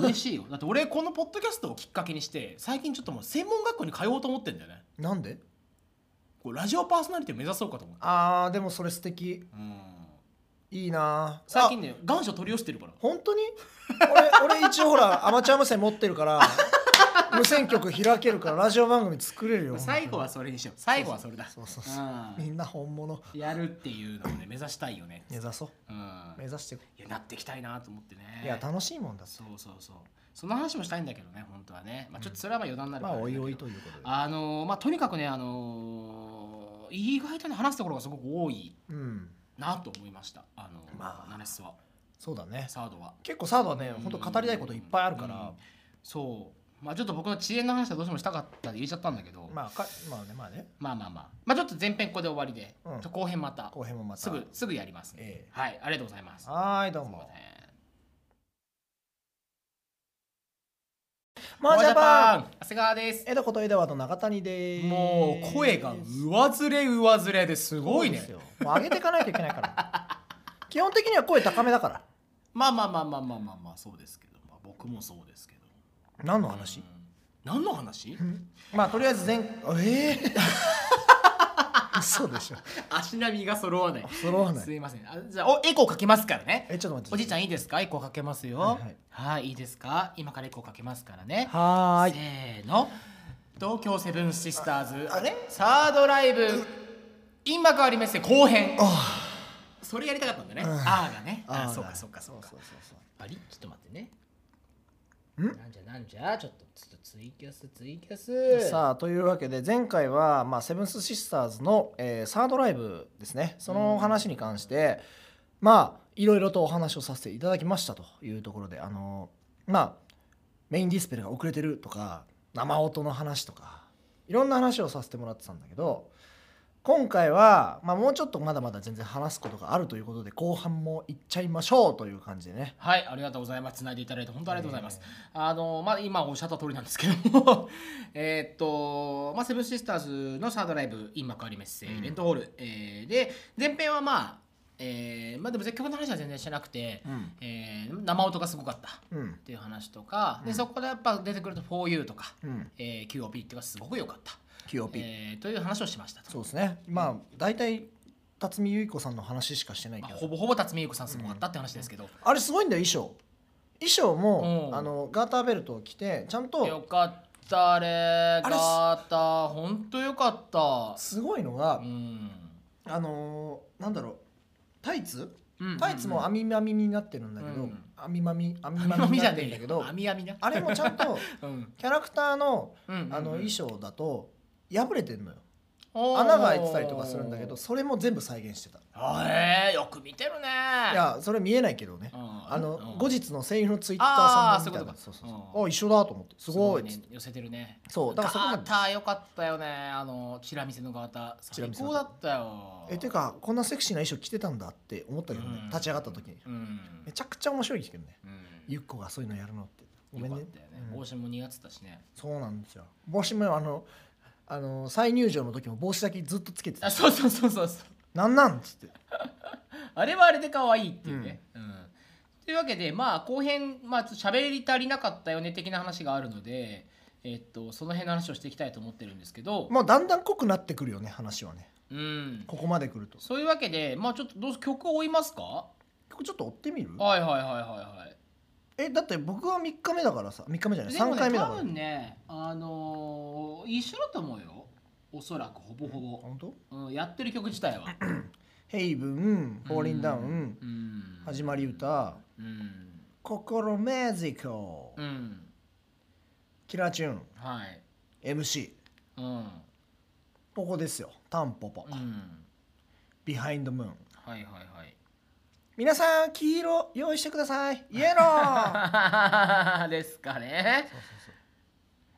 嬉しいよだって俺このポッドキャストをきっかけにして最近ちょっともう専門学校に通おうと思ってんだよねなんでこうラジオパーソナリティを目指そうかと思ってあーでもそれ素敵うんいいな最近あね願書取り寄せてるから本当に俺俺一応ほ らアマチュア無線持ってるから無線局開けるからラジオ番組作れるよ最後はそれにしよう最後はそれだそうそうそうみんな本物うんやるっていうのをね目指したいよね目指そううん目指していこいやなっていきたいなと思ってねういや楽しいもんだそうそうそうその話もしたいんだけどね本当はね、まあ、ちょっとそれはまあ余談になるまからねあおいおいということであのーまあとにかくねあのー意外とね話すところがすごく多いうんなと思いましたあのーまあナネスはそうだねサードは結構サードはね本当語りたいこといっぱいあるかうんらそうまあちょっと僕の遅延の話はどうしてもしたかったで言えちゃったんだけど、まあ、まあかまあねまあねまあまあまあちょっと前編ここで終わりで、うんちょ後編また後編もまたすぐすぐやりますんで、ええはいありがとうございますはーいどうすいもませんマージャパンン長谷川です江戸こと江戸ワード中谷ですもう声が上ずれ上ずれですごいねそうですよもう上げていかないといけないから基本的には声高めだからまあまあまあまあまあまあまあそうですけど、まあ、僕もそうですけど何のう話ん何の話まあとりあえず前ええ嘘でしょ 足並みが揃わない揃わないすいませんあじゃあおエコーかけますからねえちょっと待っておじいちゃんいいですかエコーかけますよははいいははいい、い、いですか今からエコーかけますからねはーいせーの東京セブンシスターズあれサードライブ今変わりメッセ後編あそれやりたかったんだね、うんあーがねああーーがそうかそうかそうかそうそうそうあれちょっと待ってねんなんじゃなんじゃちょっとちょっとツイキャスツイキャそうスさあというわけで前回は、まあ、セブンスシスターズの、えーサードライブですねそのお話に関して、まあいろいろとお話をさせていただきましたというところであのまあメインディスプレイが遅れてるとか生音の話とかいろんな話をさせてもらってたんだけど今回は、まあ、もうちょっとまだまだ全然話すことがあるということで後半もいっちゃいましょうという感じでね。はいありがとうございますつないでいただいて本当ありがとうございます、あのまあ、今おっしゃった通りなんですけども えーっと、まあ、セブンシスターズのサードライブ「今変わりメッセ」イベントホール、えーで前編はまあえーまあ、でも絶曲の話は全然してなくて、うんえー生音がすごかったっうんていう話とか、うでんそこでやっぱ出てくると「4U」とかうん「えー、QOP」っていうのがすごく良かった、 QOP、えーという話をしましたとそうですねまあ大体辰巳ゆい子さんの話しかしてないまあけほどぼほぼ辰巳ゆう子さんすごかったって話ですけど、あれすごいんだよ衣装衣装も、うんあのガーターベルトを着てちゃんよとかったあれあれガーターほんとよかったすごいのが、うんあのーなんだろうタイツうんタイツもあ編みまみになってるんだけど、うん編みまみ編みみまみみにじなゃってねるえんだけけどどあみあみなあれもちゃんと うんキャラクターのうんあの衣装だと破れてんのよ装穴が開いてたりとかするんだけどそれも全部再現してたいあえーよく見てるねいやそれ見えないけどねああの後日の声優のツイッターあーさんの見たいなそうういうことかそそううそうあ一緒だと思ってすごいっつってね寄せてるねそうだガからそこまーでターよかったよねあのチラ見せのガーターチラ最見せの高だったよえてかこんなセクシーな衣装着てたんだって思ったけどねうん立ち上がった時にうんめちゃくちゃ面白いですけどねうんゆっこがそういうのやるのってごめんねよかったようん帽子も似合ってたしねそうなんですよ帽子もあのあの再入場の時も帽子だけずっとつけてあたそうそうそうそうそうなんなんっつってあれはあれで可愛いっていうね。うんというわけで、まあ、後編、まあ、ちょっと喋り足りなかったよね的な話があるので、えっと、その辺の話をしていきたいと思ってるんですけど、もうだんだん濃くなってくるよね話はねうん、ここまで来るとそういうわけで、まあ、ちょっとどうぞ曲を追いますかは曲ちょっと追ってみるいはいはいはいはい。えだって僕は3日目だからさ3日目じゃないでも3ね回目だ多から分ね、あのー一緒だと思うよ。おそらくほぼほ本当ぼ、うん、やってる曲自体は。ヘイブン、フォーリンダウン、うん、始まり歌、うん、心メジコ、うん、キラーチューン、はい、 MC、うん、ここですよ、タンポポう、ん、ビハインドムーン。はいはいはい。皆さん、黄色用意してください。イエロ ー ですかね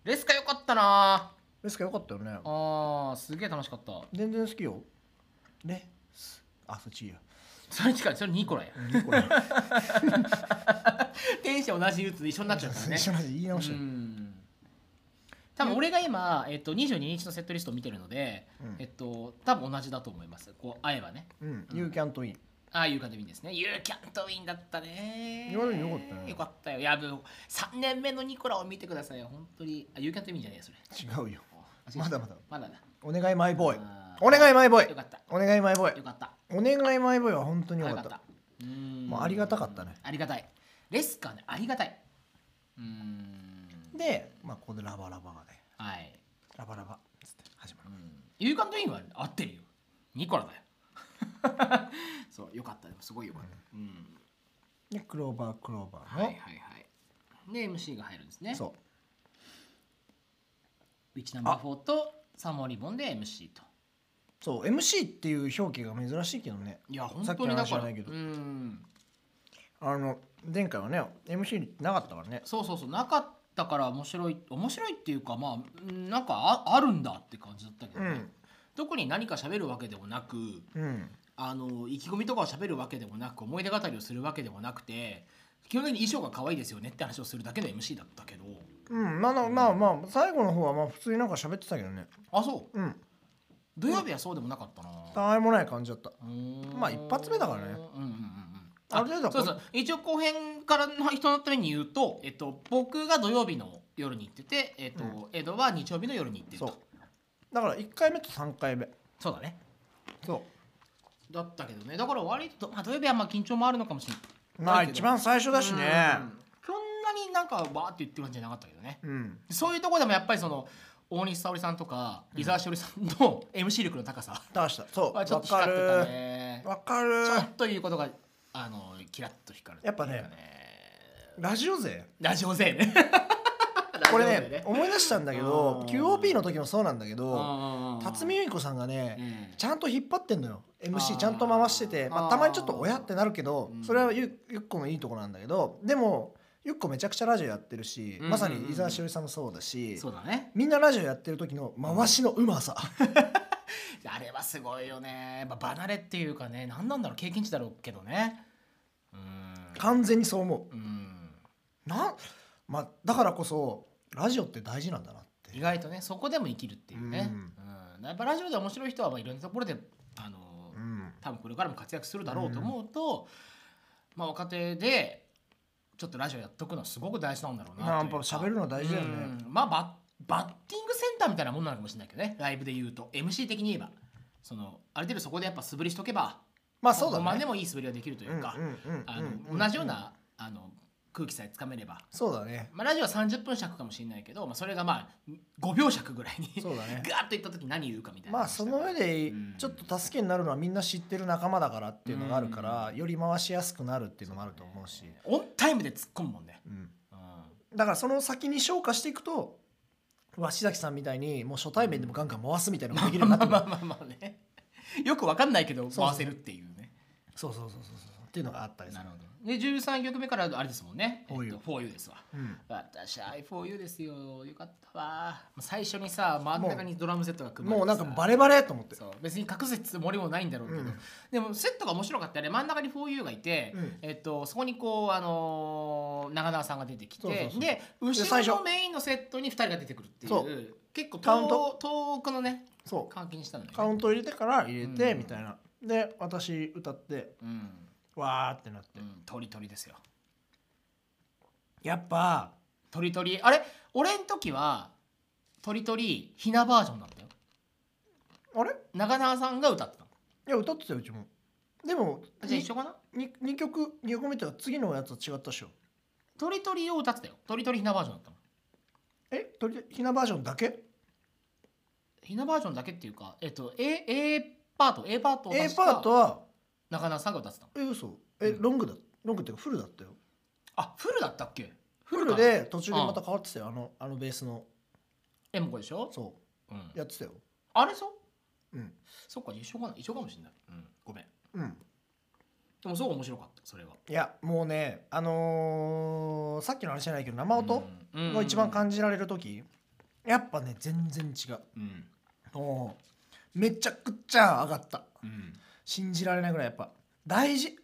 レスカ良かったなですかよかったよね。あーすげえ楽しかった全然好きよ。ね。あ、そっちいいよ。それ違うそれニコラや ニコラ天使同じ打つで一緒になっちゃったね一緒に言いう直してる。ん多分俺が今、えっと、22日のセットリストを見てるので、うんえっと多分同じだと思いますこう会えばねうん、You can do it。ああいう感じでいいんですね。ユーキャントインだったね。いやでもよかったねよかったよ。いや、でも3年目のニコラを見てくださいよ。本当に。あ、ユーキャントインじゃねえよ、それ。違うよ。まだまだ。まだだ。お願いマイボーイあ。ーお願いマイボーイよ。かった。お願いマイボーイよ。かった。お願いマイボーイは本当によよかかっったた。。うんもうありがたかったねありがたい。レスカーね、ありがたい。うん。で、まあ、ここでラバラバがね。はい。ラバラバっつって始まるう。んユーカントインは合ってるよ。ニコラだよ。そう、よ かった。すごいよかった。うん。でクローバークローバーはいの、はいはい。で、MC が入るんですね。そうウィッチナンバー4とサモリボンで MC と。そう MC っていう表記が珍しいけどねいや、本さっき当のにだ話じかゃら。ないけどうん。あの前回はね MC なかったからねそうそうそう、なかったから面白い。面白いっていうか、まあ、うんなんかああるんだって感じだったけどうね。ん特に何か喋るわけでもなくうんあの意気込みとかを喋るわけでもなく思い出語りをするわけでもなくて基本的に衣装が可愛いですよねって話をするだけの MC だったけどうんまあまあまあ最後の方はまあ普通になんか喋ってたけどねあそううん土曜日はそうでもなかったたなわいもない感じだったうーんまあ一発目だからねうんうんうんうんある程度はそうそう一応後編からの人のために言うと、えっと、僕が土曜日の夜に行ってて、えっとうんエドは日曜日の夜に行ってるそとうだから1回目と3回目そうだねそだったけどねだから割と、まあ、土曜日はまあ緊張もあるのかもしれないうまあだけど一番最初だしうねんそんなになんかわーって言ってる感じじゃなかったけどねうんそういうところでもやっぱりその大西沙織さんとか伊沢栞里さんの MC 力の高さ出したそうはわちょっとか光ってたるねわかちょるっということがあのキラッと光るやっぱねラジオ勢ラジオ勢ね これラジオ勢ね思い出したんだけどうん QOP の時もそうなんだけうどん辰巳由美子さんがねうんちゃんと引っ張ってんのよあー MC ちゃんと回してて、まあーあ、たまにちょっと親ってなるけどうんそれはゆゆっこのいいとこなんだけどでもゆっこめちゃくちゃラジオやってるしうんまさに伊沢栞里さんもそうだしそうだねみんなラジオやってる時の回しのうまさあれはすごいよねやっぱ離れっていうかね何なんだろう経験値だろうけどねうん完全にそう思うんうなん、まあ、だからこそラジオって大事なんだなって意外とねそこでも生きるっていうねうん、うんやっぱラジオで面白い人はまあいろんなところであのうん多分これからも活躍するだろうと思うと、まあ若手でちょっとラジオやっとくのはすごく大事なんだろうなまあというかやっぱ喋るの大事だよねうんまあバッバッティングセンターみたいなもんなのかもしれないけどねライブで言うと MC 的に言えばそのある程度そこでやっぱ素振りしとけばまあそうだ本番ねでもいい素振りができるというか、うんうんうんうんあうんの同じようなあの空気さえつかめれば、そうだねまあ、ラジオは30分尺かもしれないけど、まあ、それがまあ5秒尺ぐらいにそうだね ガーッといった時に何言うかみたいなまあその上でうんちょっと助けになるのはみんな知ってる仲間だからっていうのがあるからうより回しやすくなるっていうのもあると思うし、オンタイムで突っ込むもんね、うん、うんだからその先に消化していくと鷲崎さんみたいにもう初対面でもガンガン回すみたいなのができるようになまっあてくるまあまあまあねよくわかんないけどそう回せるっていうねそうそうそうそうそうっていうのがあったりすなるるほどで13曲目からあれですもんね「 For You えっと For You ですわうん私 I4U ですよよかったわ最初にさ真ん中にドラムセットが組まれてもうなんかさバレバレと思ってそう別に隠すつもりもないんだろうけど、うんでもセットが面白かったね真ん中に 4U がいて、うんえっと、そこにこう、あのー長澤さんが出てきてそうそうそうでで後最ろの初メインのセットに2人が出てくるっていそう結構カウン遠遠くのねそ換気にしたのようねカウント入れてから入れてうんみたいなで私歌ってうん、わーってなってうん、鳥鳥ですよやっぱ鳥鳥あれ俺ん時は鳥鳥ひなバージョンだったよあれい長澤さんが歌ってたのや歌ってたようちもでもあじゃあ一緒かな 2, 二曲2曲目とは次のやつは違ったっしょ鳥鳥を歌ってたよ鳥鳥ひなバージョンだったのえとりあえずひなバージョンだけひなバージョンだけっていうかえっと A, A パート A パートを A 確かパートは中野さんが歌ってたのえ嘘え、うんロングだロングっていうかフルだったよあフルだったっけフフルかルで途中でまた変わってたよあのあのベースの M 子でしょ、そうんうやってたよあれそううんそっか一緒かな一緒かもしれない、うん、ごめんうんでもすごい面白かったそれはいやもうねあのーさっきのあれじゃないけど生音うんが一番感じられる時やっぱね全然違ううんもうめちゃくちゃ上がったうん信じられないぐらいやっぱ大事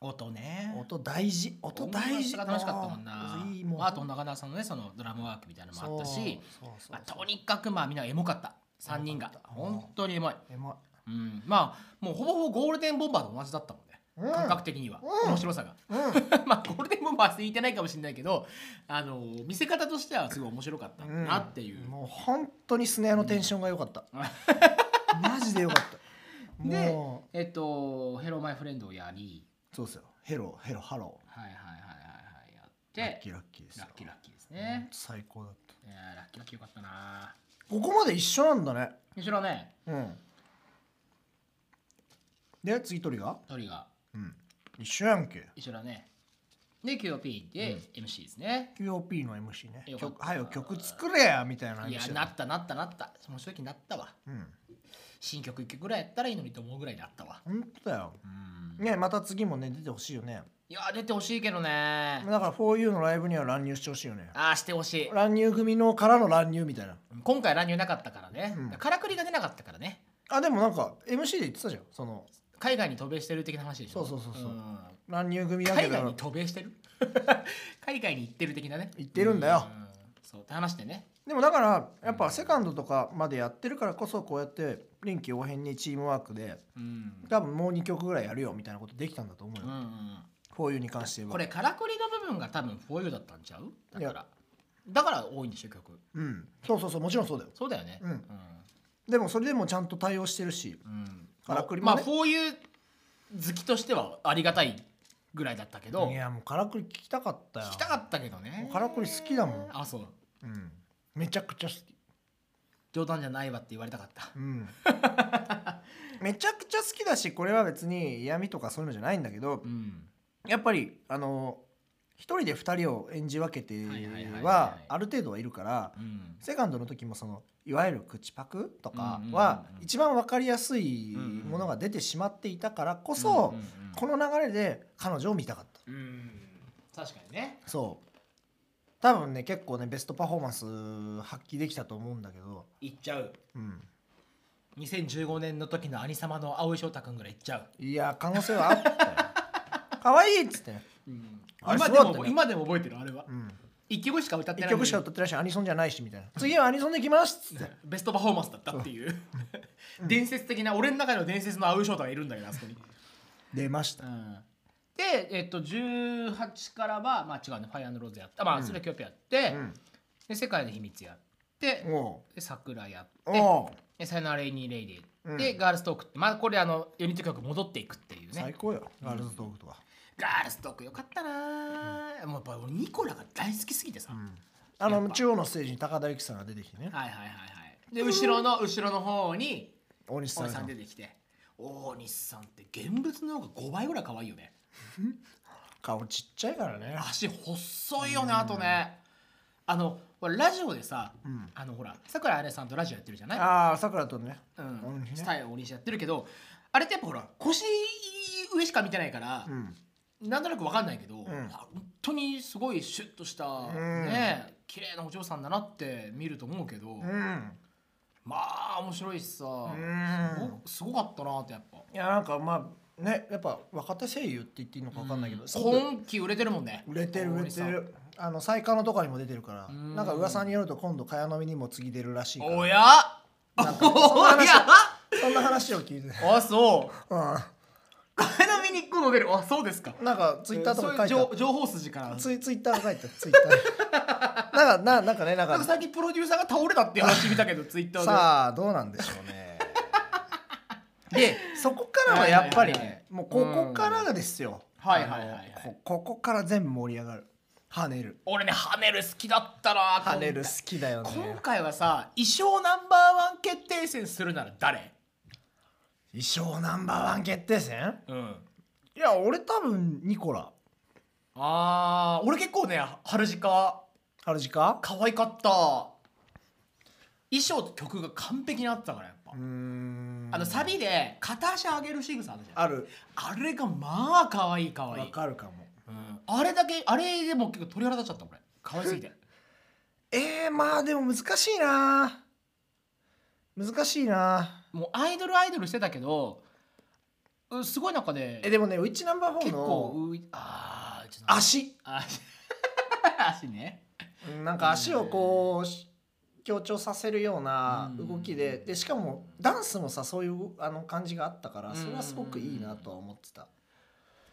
音ね音大事音大事音楽が楽しかったもんなあーいいもうあと中田さんのねそのドラムワークみたいなのもあったし、そうそうそうまあ、とにかくまあみんなエモかった3人がエモかった本当にエモい、えまうん、まあもうほぼほぼゴールデンボンバーと同じだったもんねうん感覚的には、うん面白さが うんまあゴールデンボンバーは過ぎてないかもしれないけど、あの見せ方としてはすごい面白かったうんなっていう、もう本当にスネアのテンションが良 かった、マジで良かったでもえっと「ヘロマイフレンドをやりうそうですよヘロヘロハロはいはいはいはいはいやっーラッてキーラッキーですよラッキーラッキーですね、最高だったいやーラッキーラッキーよかったなここまで一緒なんだね後ろねうんで次鳥が鳥がうん一緒やんけ後ろねで QOP で MC ですね、 QOP の MC ねよかった曲はよ曲作れやみたいないや MC なったなったなったその正直なったわうん新曲1曲ぐらいやったらいいのにと思うぐらいなったわ本当だようんねまた次もね出てほしいよねいやー出てほしいけどねだから 4U のライブには乱入してほしいよねああしてほしい乱入組のからの乱入みたいな今回乱入なかったからね、うんからくりが出なかったからねあでもなんか MC で言ってたじゃんその海外に渡米してる的な話でしょそうそうそうそうん乱入組だけ海ど外に渡米してる 海外に行ってる的なね行ってるんだようんそうって話でねでもだからやっぱセカンドとかまでやってるからこそこうやって臨機応変にチームワークでうん多分もう2曲ぐらいやるよみたいなことできたんだと思ううんうよ、んフォーユーに関してはこれからくりの部分が多分フォーユーだったんちゃうだいかやらだから多いんでしょ曲うんそうそうそうもちろんそうだよそうだよねうんでもそれでもちゃんと対応してるしうんうんからくりまもあねフォーユー好きとしてはありがたいぐらいだったけどいやもうカラクリ聞きたかったよ聞きたかったけどねカラクリ好きだもんあそううん、めちゃくちゃ好き冗談じゃないわって言われたかったうん めちゃくちゃ好きだしこれは別に嫌味とかそういうのじゃないんだけどうんやっぱりあの一人で二人を演じ分けてはいはいはいははいある程度はいるからうんセカンドの時もそのいわゆる口パクとかうんはうんうんうん一番分かりやすいものが出てしまっていたからこそんんんこの流れで彼女を見たかったうん確かにねそう多分ね結構ねベストパフォーマンス発揮できたと思うんだけど、いっちゃううん、 2015年の時の兄様の蒼井翔太君ぐらいいっちゃう、いや可能性は あったよ可愛いっつって、あれ今そうでだったもね今でも覚えてるあれはうん、一曲しか歌って1ないのに曲しか歌ってないしアニソンじゃないしみたいな次はアニソンできますっつってベストパフォーマンスだったって いう伝説的な俺の中の伝説の蒼井翔太がいるんだけどあそこに、出ましたで、えっと、18からはまあ違うね「ファイアンドローズやったまあそれキョピやって、で「世界の秘密」やって、おで「桜」やっうておう「でさよならレイニー・レイディ」で、うんガールストークってまあこれあのユニット曲戻っていくっていうね最高よガールズトークとか、ガールストークよかったな、もうやっぱ俺ニコラが大好きすぎてさ、あやっのぱ中央のステージに高田由紀さんが出てきてねはいはいはいはいで後ろの後ろの方に大西さ大ん西さがん出てきて大西さんって現物の方が5倍ぐらい可愛いよね顔ちっちゃいからね足細いよねあとねあのほらラジオでさ、んあのほらさくらあれさんとラジオやってるじゃないああさくらとねうん大西ねスタイル大西やってるけどあれってやっぱほら腰上しか見てないから、うんなんとなくわかんないけど、ん本当にすごいシュッとした、んね綺麗なお嬢さんだなって見ると思うけど、うんまあ面白いしさ、んすごすごかったなってやっぱいやなんかまあねやっぱ若手声優って言っていいのか分かんないけど、すごく今期売れてるもんね売れてる売れて大森るあの最下のとかにも出てるからんなんか噂によると今度茅野にも次出るらしいさかんらおやなんかそんなお話やそんな話を聞いてあそうう金の見に1個も出るあそうですかんなんかツイッターとか書いてそういあう情情報筋からるツイツイッターが書いてあるツイッターなんかななんかねなんなんかか最近プロデューサーが倒れたっていう話見たけどツイッターでさあどうなんでしょうねでそこからはやっぱりはいはいはいねもうここからですよはいはいはいはいあのこここから全部盛り上がる跳ねる俺ねハネル好きだったな跳ねる好きだよね今回はさ衣装ナンバーワン決定戦するなら誰衣装ナンバーワン決定戦うんいや俺多分ニコラあー俺結構ね春ジカある時か可愛かった衣装と曲が完璧に合ってたからやっぱ、うーんあのサビで片足上げる仕草あるじゃんああるれがまあ可愛い可愛わいかるかもうんあれだけあれでもう結構鳥肌立っちゃった俺可愛すぎ てえー、まあでも難しいな難しいなもうアイドルアイドルしてたけどうんすごい中でえでもねウイッチナンバーフォー結の構ういあ ーちょっと足足足ねうんなんか足をこうし強調させるようなうん動きででしかもダンスもさそういうあの感じがあったからそれはすごくいいなとは思ってた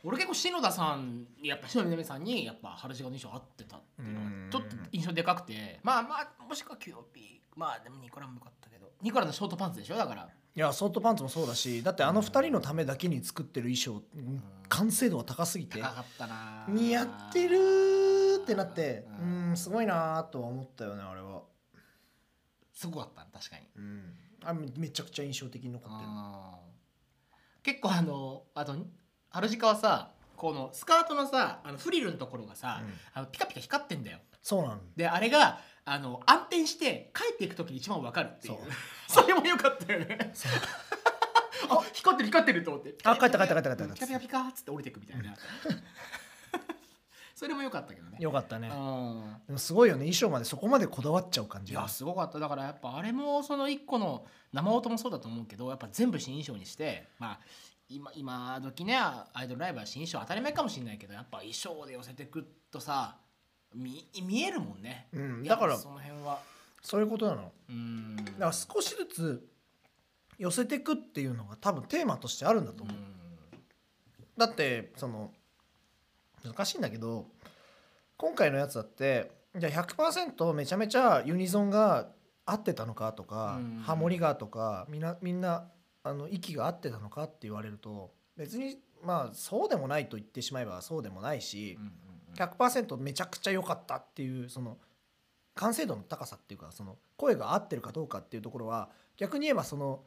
俺結構篠田さんやっぱ篠田美さんにやっぱ春志がの印象合ってたっていうのがうんちょっと印象でかくてまあまあもしくはキューピーまあでもニコラも良かったけどニコラのショートパンツでしょだからいやソートパンツもそうだしだってあの2人のためだけに作ってる衣装完成度が高すぎて高かったな似合ってるってなってううんんすごいなとは思ったよねあれは、すごかったな確かにうん、あめちゃくちゃ印象的に残ってるうん結構あのあと春志はさこのスカートのさあのフリルのところがさ、うんあのピカピカ光ってんだよそうなんであれがあの暗転して帰っていく時に一番わかるっていう それも良かったよねそう あ光ってる光ってると思ってあ帰った帰った帰った帰ったうんピカピカピカっつって降りてくみたいな それも良かったけどねよかったねうんでもすごいよね衣装までそこまでこだわっちゃう感いじやがすごかっただからやっぱあれもその一個の生音もそうだと思うけどやっぱ全部新衣装にしてまあ今今時ねアイドルライブは新衣装当たり前かもしれないけどやっぱ衣装で寄せてくとさ見見えるもんね、うんやっぱだからその辺はそういうことなのうんだから少しずつ寄せてくっていうのが多分テーマとしてあるんだとう思う、んだってその難しいんだけど今回のやつだってじゃあ100%めちゃめちゃユニゾンが合ってたのかとか、うんハモリがとかみんなみんなあの息が合ってたのかって言われると別にまあそうでもないと言ってしまえばそうでもないし、うんうん100%めちゃくちゃ良かったっていうその完成度の高さっていうかその声が合ってるかどうかっていうところは逆に言えばその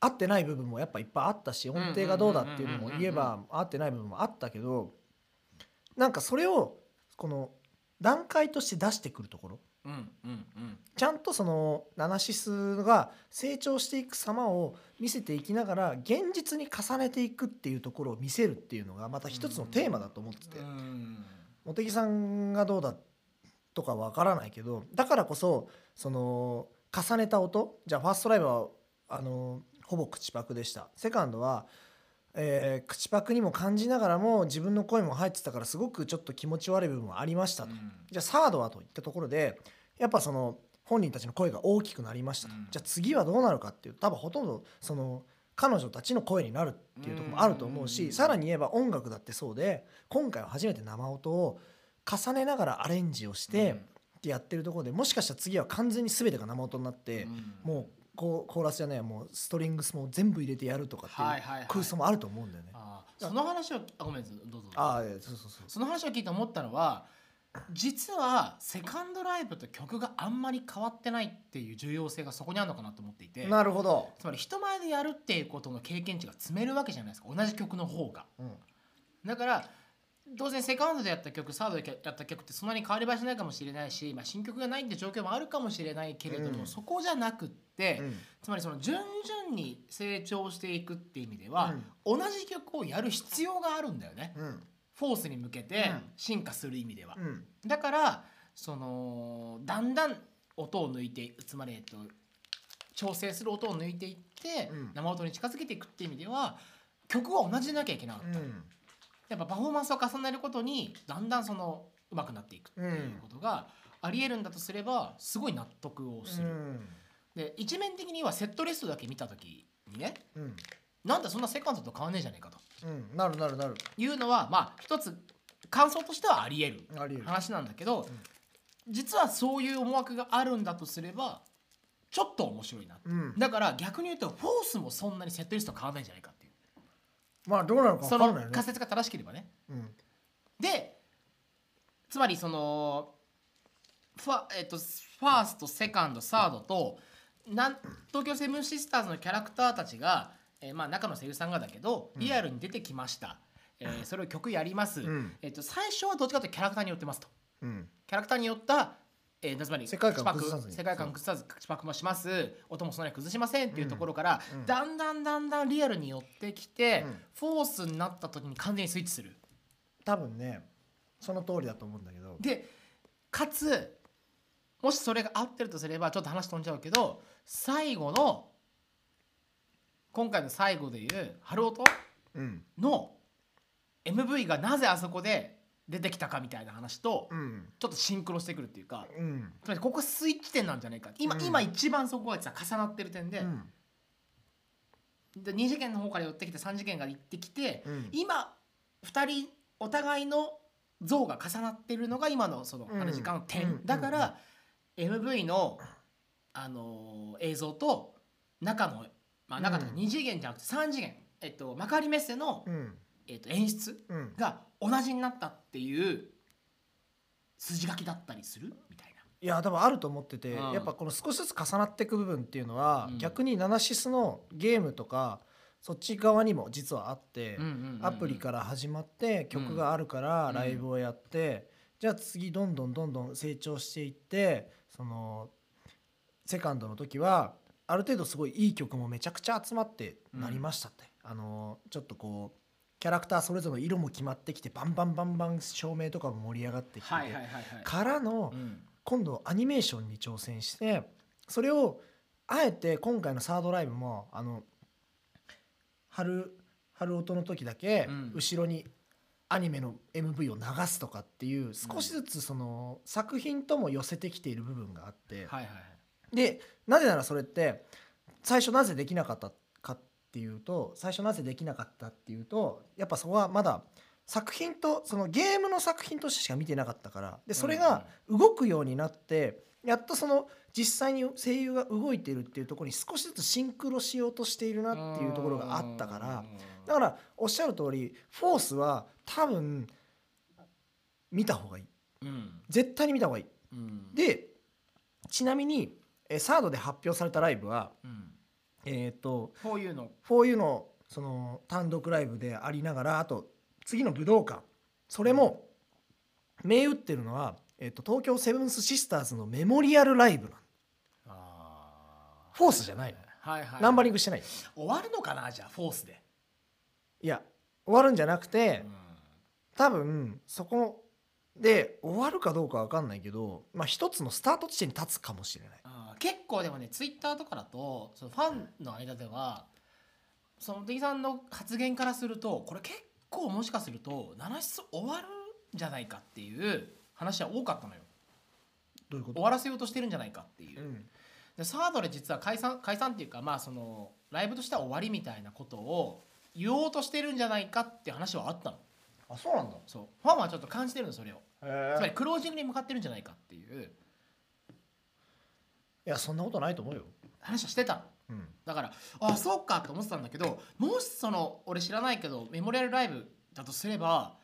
合ってない部分もやっぱいっぱいあったしんうんうん音程がどうだっていうのも言えば合ってない部分もあったけどなんかそれをこの段階として出してくるところうんうんうんちゃんとそのナナシスが成長していく様を見せていきながら現実に重ねていくっていうところを見せるっていうのがまた一つのテーマだと思っててう。ん茂木さんがどうだとかわからないけどだからこそその重ねた音じゃあファーストライブはあのほぼ口パクでしたセカンドは、えー口パクにも感じながらも自分の声も入ってたからすごくちょっと気持ち悪い部分はありましたと、じゃあサードはといったところでやっぱその本人たちの声が大きくなりましたと、うんじゃあ次はどうなるかっていう多分ほとんどその彼女たちの声になるっていうところもあると思うし、うんさらに言えば音楽だってそうで今回は初めて生音を重ねながらアレンジをしてってやってるところでもしかしたら次は完全に全てが生音になって、もうこうコーラスじゃないもうストリングスも全部入れてやるとかってはいいうはいはい空想もあると思うんだよね。あーその話をあごめんどうぞああいやそうそうそうその話を聞いて思ったのは実はセカンドライブと曲があんまり変わってないっていう重要性がそこにあるのかなと思っていてなるほど、つまり人前でやるっていうことの経験値が積めるわけじゃないですか同じ曲の方が。うんだから当然セカンドでやった曲サードでやった曲ってそんなに変わり映えしないかもしれないし、まあ、新曲がないって状況もあるかもしれないけれども、うんそこじゃなくって、うんつまりその順々に成長していくっていう意味では、同じ曲をやる必要があるんだよね、うんフォースに向けてうん進化する意味では。うんだからそのだんだん音を抜いてつまり、えっと、調整する音を抜いていって、うん生音に近づけていくっていう意味では曲は同じでなきゃいけなかった。うんやっぱパフォーマンスを重ねることにだんだんその上手くなっていくっていうことがありえるんだとすればすごい納得をする。で一面的にはセットリストだけ見た時にねうんうんなんだそんなセカンドと変わんねえじゃねえかとうん、なるなるなるいうのはまあ一つ感想としてはありえるありえる話なんだけど、うん実はそういう思惑があるんだとすればちょっと面白いな。うん、だから逆に言うとフォースもそんなにセットリスト変わらないんじゃないかっていうまあどうなのかそ分からのないよね仮。説が正しければねうんでつまりそのファ,、えっとファーストセカンドサードとなん東京セブンシスターズのキャラクターたちが、えーまあ、中野声優さんがだけどうんリアルに出てきました、えーそれを曲やります、うんえっと最初はどっちかというとキャラクターによってますとうんキャラクターによった、えー、つまり世界観口パをク崩さずに世界観を崩さず口パクもします音もそんなに崩しませんっていうところから、うんうんだんだんだんだんリアルに寄ってきて、うんフォースになった時に完全にスイッチする。多分ねその通りだと思うんだけどでかつもしそれが合ってるとすればちょっと話飛んじゃうけど最後の今回の最後でいう「春音うんの MV がなぜあそこで出てきたかみたいな話とうんちょっとシンクロしてくるっていうかうんつまりここスイッチ点なんじゃないか今,、うん今一番そこがさ重なってる点で,、うんで2次元の方から寄ってきて3次元が行ってきて、うん今2人お互いの像が重なってるのが今のそのうん話時間の点、うんだから、MV の、あのー映像と中の、まあ、中とかうん2次元じゃなくて3次元、えっと、幕張メッセの、うんえっと、演出うんが同じになったっていう筋書きだったりするみたいいや多分あると思ってて、うんやっぱこの少しずつ重なっていく部分っていうのは、うん逆にナナシスのゲームとかそっち側にも実はあって、な、うんうんうんうんアプリから始まって曲があるからうんライブをやって、じゃあ次どんどんどんどん成長していってそのセカンドの時はある程度すごいいい曲もめちゃくちゃ集まってなりましたって、あのちょっとこうキャラクターそれぞれの色も決まってきてバンバンバンバン照明とかも盛り上がってきてて、はいはいはいはいからのうん今度アニメーションに挑戦してそれをあえて今回のサードライブもあの春春音の時だけうん後ろにアニメの MV を流すとかっていう少しずつその作品とも寄せてきている部分があってはいはいはいでなぜならそれって最初なぜできなかったかっていうと最初なぜできなかったっていうとやっぱそこはまだ作品とそのゲームの作品としてしか見てなかったからでそれが動くようになってやっとその実際に声優が動いてるっていうところに少しずつシンクロしようとしているなっていうところがあったからだからおっしゃる通り「フォース」は多分見た方がいいうん絶対に見た方がいい。うん、でちなみにえーサードで発表されたライブはうん、えっ、とこういうの 4U のその単独ライブでありながらあと次の武道館それも銘打ってるのは、えっと東京セブンスシスターズのメモリアルライブなのあフォースじゃないのはいはい、ナンバリングしてない終わるのかなじゃあフォースで、いや終わるんじゃなくうてん多分そこで終わるかどうか分かんないけど、まあ、一つのスタート地点に立つかもしれないあー結構でもねツイッターとかだとそのファンの間ではその茂木さんの発言からするとこれ結構もしかすると七室終わるんじゃないかっていう話は多かったのよどういうこ終わらせようとしてるんじゃないかっていうう、んでサードで実は解散解散っていうかまあそのライブとしては終わりみたいなことを言おうとしてるんじゃないかって話はあったのあそうなんだそうファンはちょっと感じてるのそれをつまへりえクロージングに向かってるんじゃないかっていういやそんなことないと思うよ、話はしてたのうん、だからあそうかと思ってたんだけどもしその俺知らないけどメモリアルライブだとすれば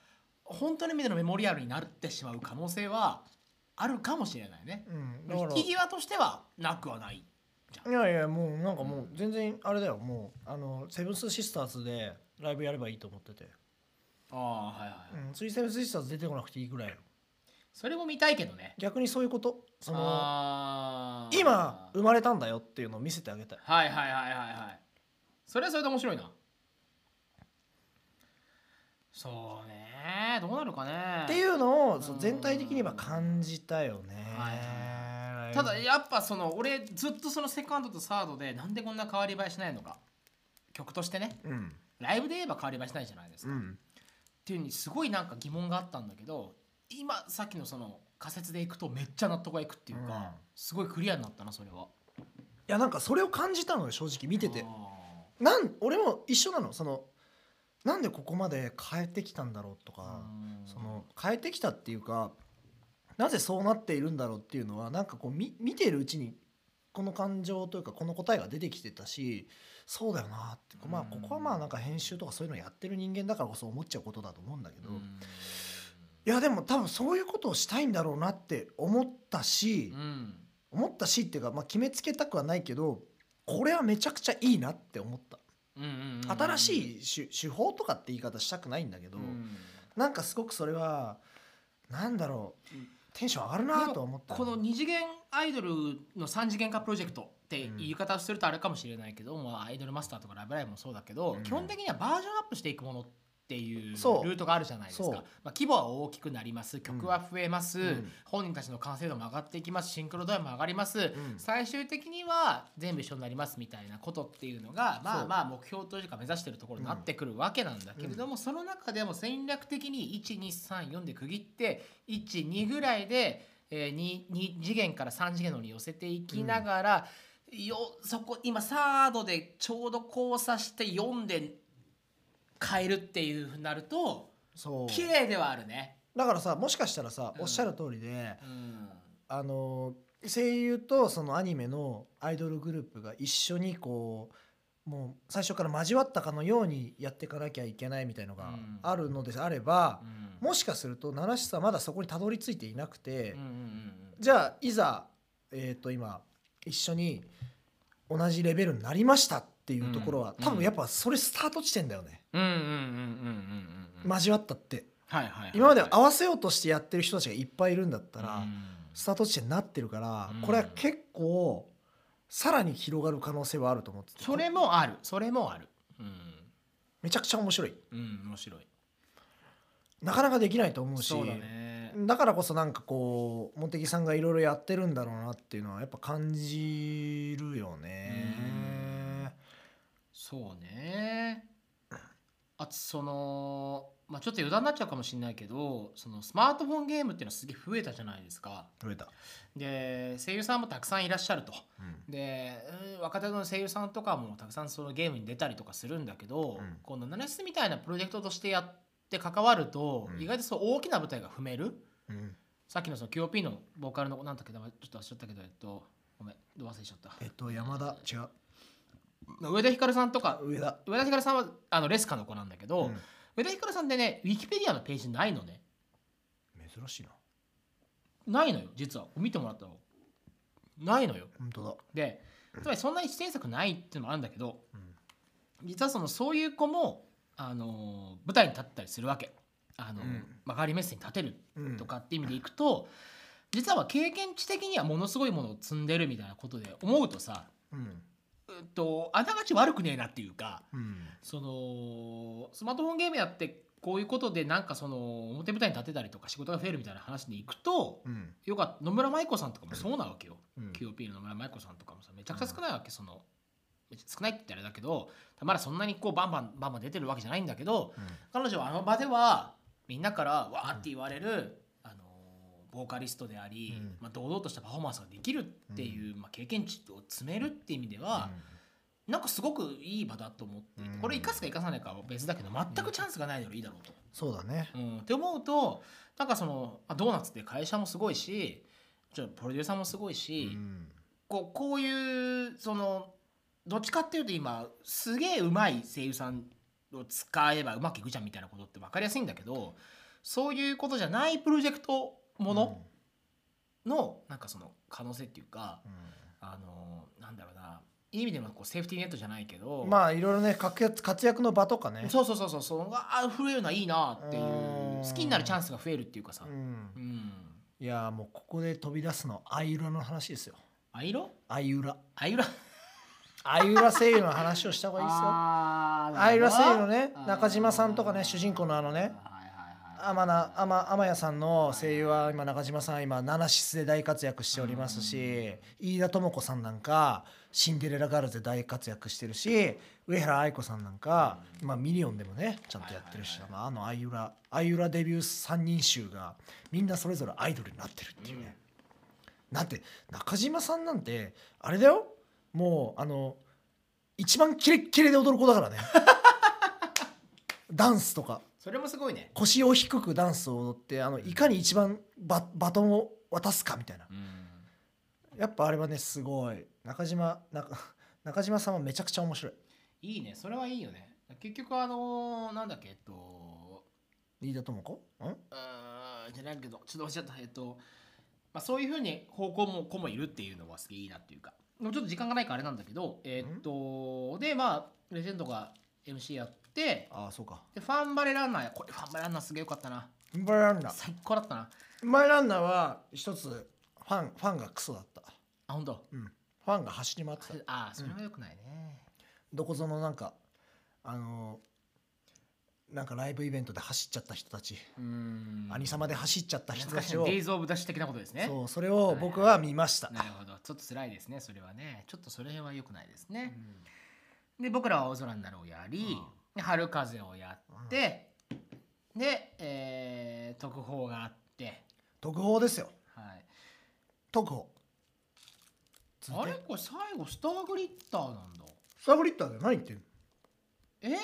本当の意味でのメモリアルになってしまう可能性はあるかもしれないねうん、だか引らき際としてはなくはないいやいやもうなんかもう全然あれだよもうあのセブンスシスターズでライブやればいいと思ってて、ああはいはうん、次セブンスシスターズ出てこなくていいぐらいよそれも見たいけどね逆にそういうことそのあー今生まれたんだよっていうのを見せてあげたいはいはいはいはいはいそれはそれで面白いなそうねどうなるかねっていうのをそううん全体的には感じたよねはいライブただやっぱその俺ずっとそのセカンドとサードでなんでこんな変わり映えしないのか曲としてねうんライブで言えば変わり映えしないじゃないですか、うっんていうふうにすごいなんか疑問があったんだけど今さっきのその仮説でいくとめっちゃ納得がいくっていうか、うんすごいクリアになったなそれはいやなんかそれを感じたのよ正直見ててあなん俺も一緒なのそのなんでここまで変えてきたんだろうとーかうんその変えてきたっていうかなぜそうなっているんだろうっていうのはなんかこうみ見ているうちにこの感情というかこの答えが出てきてたしそうだよなって、まあうこんこはまあなんか編集とかそういうのやってる人間だからこそ思っちゃうことだと思うんだけど、ういんやでも多分そういうことをしたいんだろうなって思ったしう、ん思ったしっていうか、まあ、決めつけたくはないけどこれはめちゃくちゃいいなって思った、うんうんうん新しい手手法とかって言い方したくないんだけど。うんなんかすごくそれはなんだろううんテンション上がるなとは思ったこの二次元アイドルの三次元化プロジェクトって言い方をするとあれかもしれないけど、まあ、アイドルマスターとか「ラブライブ!」もそうだけど、うん基本的にはバージョンアップしていくものっていうルそうートがあるじゃないですか、そうまあ、規模は大きくなります曲は増えます、うん本人たちの完成度も上がっていきますシンクロ度合いも上がります、ん最終的には全部一緒になりますみたいなことっていうのがまそあうまあ目標というか目指してるところになってくるわけなんだけれども、その中でも戦略的に1234で区切って12ぐらいで、え 2, 次元から3次元の方に寄せていきながら、よそこ今サードでちょうど交差して4で変えるっていうふうになるとそう綺麗ではあるね。だからさもしかしたらさうんおっしゃる通りで、うんあの声優とそのアニメのアイドルグループが一緒にこうもう最初から交わったかのようにやっていかなきゃいけないみたいのうがんあるのであれば、もし、しかすると七七さんはまだそこにたどり着いていなくて、うんうんうんじゃあいざ、えー、と今一緒に同じレベルになりましたっていうところは、うん多分やっぱそれスタート地点だよね、うんうんうんうんうんうんうん交わったってはいはいはい今まで合わせようとしてやってる人たちがいっぱいいるんだったら、うんスタート地点になってるから、うんこれは結構さらに広がる可能性はあると思っててそれもあるそれもあるうめちゃくちゃ面白いん、うん、面白いなかなかできないと思うしそうだねだからこそなんかこう茂木さんがいろいろやってるんだろうなっていうのはやっぱ感じるよね。そうねああとその、まあ、ちょっと余談になっちゃうかもしれないけどそのスマートフォンゲームっていうのはすげえ増えたじゃないですか増えた、で声優さんもたくさんいらっしゃるとでうん若手の声優さんとかもたくさんそのゲームに出たりとかするんだけど、うんこのナナシスみたいなプロジェクトとしてやって関わると、うん意外とそう大きな舞台が踏めるうんうんさっきのその QOP のボーカルのなんだっけ名前ちょっと忘れちゃったけどえっとごめんどう忘れちゃったえっと山田違う上田ひかるさんとか上田上田ひかるさんはあのレスカの子なんだけど、うん上田ひかるさんでねウィキペディアのページないのね珍しいなないのよ実は見てもらったのないのよ本当だ、でつまりそんなに出演作ないっていうのもあるんだけどうん実はそのそういう子も、あのー舞台に立ったりするわけ、あのーうん曲がりメッセに立てるうんとかって意味でいくと、実は経験値的にはものすごいものを積んでるみたいなことで思うとさうんうっとあながち悪くねえなっていうかうんそのスマートフォンゲームやってこういうことでなんかその表舞台に立てたりとか仕事が増えるみたいな話でいくとうんよかった野村舞子さんとかもそうなわけよ。うん QOP の野村舞子さんとかもさめちゃくちゃ少ないわけ、その少ないって言ったらあれだけどまだそんなにこうバンバンバンバン出てるわけじゃないんだけど彼女はあの場ではみんなからわーって言われる、あのボーカリストであり、うんまあ、堂々としたパフォーマンスができるっていう、まあ、経験値を詰めるっていう意味では、なんかすごくいい場だと思っていて、うんこれ生かすか生かさないかは別だけど全くチャンスがないならいいだろうと。そうだねうん、って思うとなんかそのあドーナツって会社もすごいしちょっとプロデューサーもすごいし、うんこうこういうそのどっちかっていうと今すげえうまい声優さんを使えばうまくいくじゃんみたいなことって分かりやすいんだけどそういうことじゃないプロジェクトもののなんかその可能性っていうかうんあのなんだろうないい意味でのこうセーフティーネットじゃないけどうんまあいろいろね活躍活躍の場とかねそうそうそうそうそうあ増えるのはいいなっていううん好きになるチャンスが増えるっていうかさううんんいやーもうここで飛び出すのアイウラの話ですよあいろアイウラあいろアイウラ声優の話をした方がいい ですよアイウラ声優のね中島さんとかね主人公のあのね天な天天谷さんの声優は今中島さん今ナナシスで大活躍しておりますし飯田智子さんなんかシンデレラガールズで大活躍してるし上原愛子さんなんか今ミリオンでもねちゃんとやってるしはいまああのアイウラアイウラデビュー3人集がみんなそれぞれアイドルになってるっていうね。なんて中島さんなんてあれだよもうあの一番キレッキレで踊る子 だからねダンスとかそれもすごいね腰を低くダンスを踊ってあのいかに一番ババトンを渡すかみたいなやっぱあれはねすごい中島中 中島さんはめちゃくちゃ面白いいいねそれはいいよね結局あのーなんだっけえっと飯田智子うんうーんじゃないけどちょっと忘れちゃったえっと、まあ、そういうふうに方向も子もいるっていうのはすげえいいなっていうかもうちょっと時間がないからあれなんだけどえっとでまあレジェンドが MC やってああそうかでファンバレランナーこれファンバレランナーすげえよかったなウンバイランナー最高だったなウンバイランナーは一つファンファンがクソだった、あ本当うん、ファンが走り回ってたあそれはよくないね、どこぞのなんかあのなんかライブイベントで走っちゃった人たち、うーん兄様で走っちゃった人懐たかしちいねをデイズ・オブ・ダッシュ的なことですねそうそれを僕は見ました、なるほどちょっと辛いですねそれはねちょっとそれは良くないですね、で僕らは青空になろうやり、で春風をやって、で、えー特報があって特報ですよはい特報あれこれ最後スターグリッターなんだスターグリッターだよ何言ってんのえ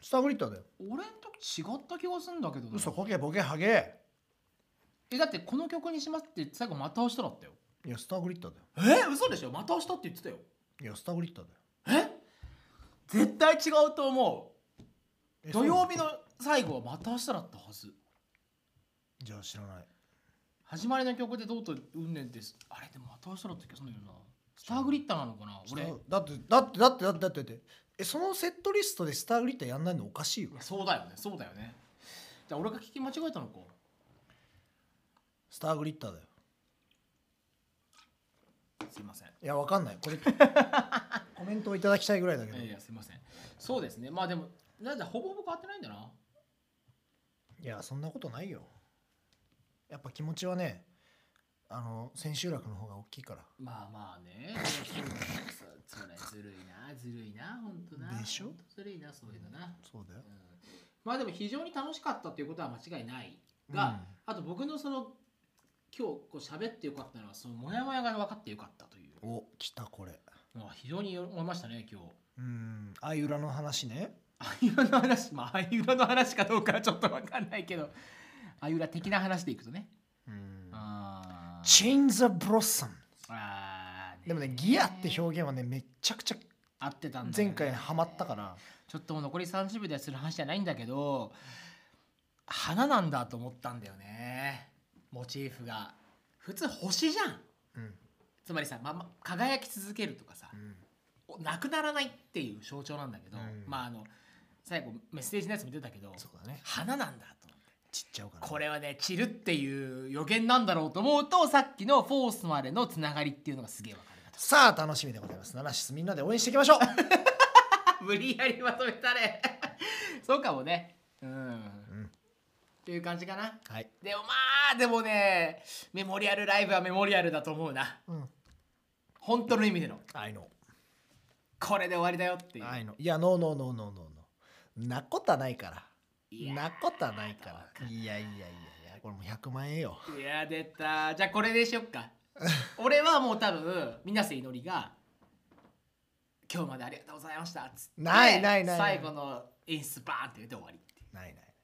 スターグリッターだよ俺ん時違った気がするんだけどな嘘こけボケハゲえだってこの曲にしますって最後また押しただったよいやスターグリッターだよえ嘘でしょまた押したって言ってたよいやスターグリッターだよえ絶対違うと思えう土曜日そうなの最後はまた明日だったはずじゃあ知らない始まりの曲でどうとうんねんですあれでもまた明日だった気がするんだよなスターグリッターなのかな俺スターだってだってだってだってだってだってえそのセットリストでスターグリッターやんないのおかしいよいやそうだよねそうだよねじゃあ俺が聞き間違えたのかスターグリッターだよすいませんいやわかんないこれ コメントをいただきたいぐらいだけどいやいやすいませんそうですねまあでもなんだほぼほぼ変わってないんだないやそんなことないよやっぱ気持ちはねあの千秋楽の方が大きいからまあまあね。そそれずるいな、ずるいな、本当な。でしょほんとずるいな、そういうのな。そうだうよん、まあでも非常に楽しかったということは間違いないが、あと僕のその今日こう喋ってよかったのはそのモヤモヤが分かってよかったというお来たこれのは非常に思いましたね今日。うん相裏の話ねあゆらの話まああゆらの話かどうかはちょっと分かんないけどあゆら的な話でいくとね。うんあーチェンザブロッサムあーでもねギアってね表現はねめちゃくちゃ合ってたんだよ前ね回ハマったからちょっともう残り30秒でする話じゃないんだけど花なんだと思ったんだよねモチーフが普通星じゃんうんつまりさ、まま、輝き続けるとかさうんおなくならないっていう象徴なんだけど、うんまああの最後メッセージのやつも出たけどそうだね花なんだと思ってちっちゃうからこれはね散るっていう予言なんだろうと思うとさっきのフォースまでのつながりっていうのがすげえわかるなとさあ楽しみでございますナナシスみんなで応援していきましょう 無理やりまとめたね そうかもねうんうんっていう感じかなはい、でもまあでもねメモリアルライブはメモリアルだと思うなうん、本当の意味での I know これで終わりだよっていう、 I know いやノーノーノーノーノーなことはないからいやーなことはないかどうらいやいやいやいやこれもう100万円よいや出たじゃあこれでしよっか俺はもう多分水瀬いのりが「今日までありがとうございました」っつってないないないない最後の演出バーンって出て終わりってないない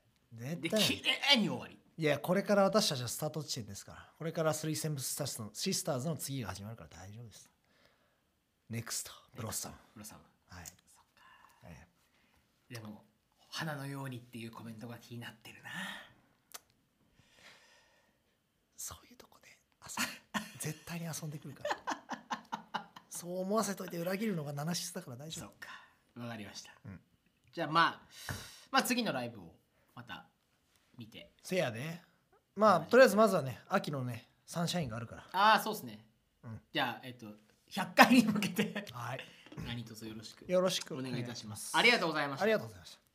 絶で対ない綺麗に終わりいやこれから私たちはスタート地点ですからこれからスリーセンブスタスのシスターズの次が始まるから大丈夫ですネクストブロッサムムロさんははいそっかえでも「花のように」っていうコメントが気になってるなそういうとこで遊ぶ 絶対に遊んでくるからそう思わせといて裏切るのがナシスだから大丈そ夫っかわかりました、うんじゃあまあまあ次のライブをまた見てせやでまあとりあえずまずはね秋のねサンシャインがあるからああそうですね、うんじゃあえっと100回に向けてはい何卒よろしくよろしくお願いいたしますあありりがとうございましたがとうございました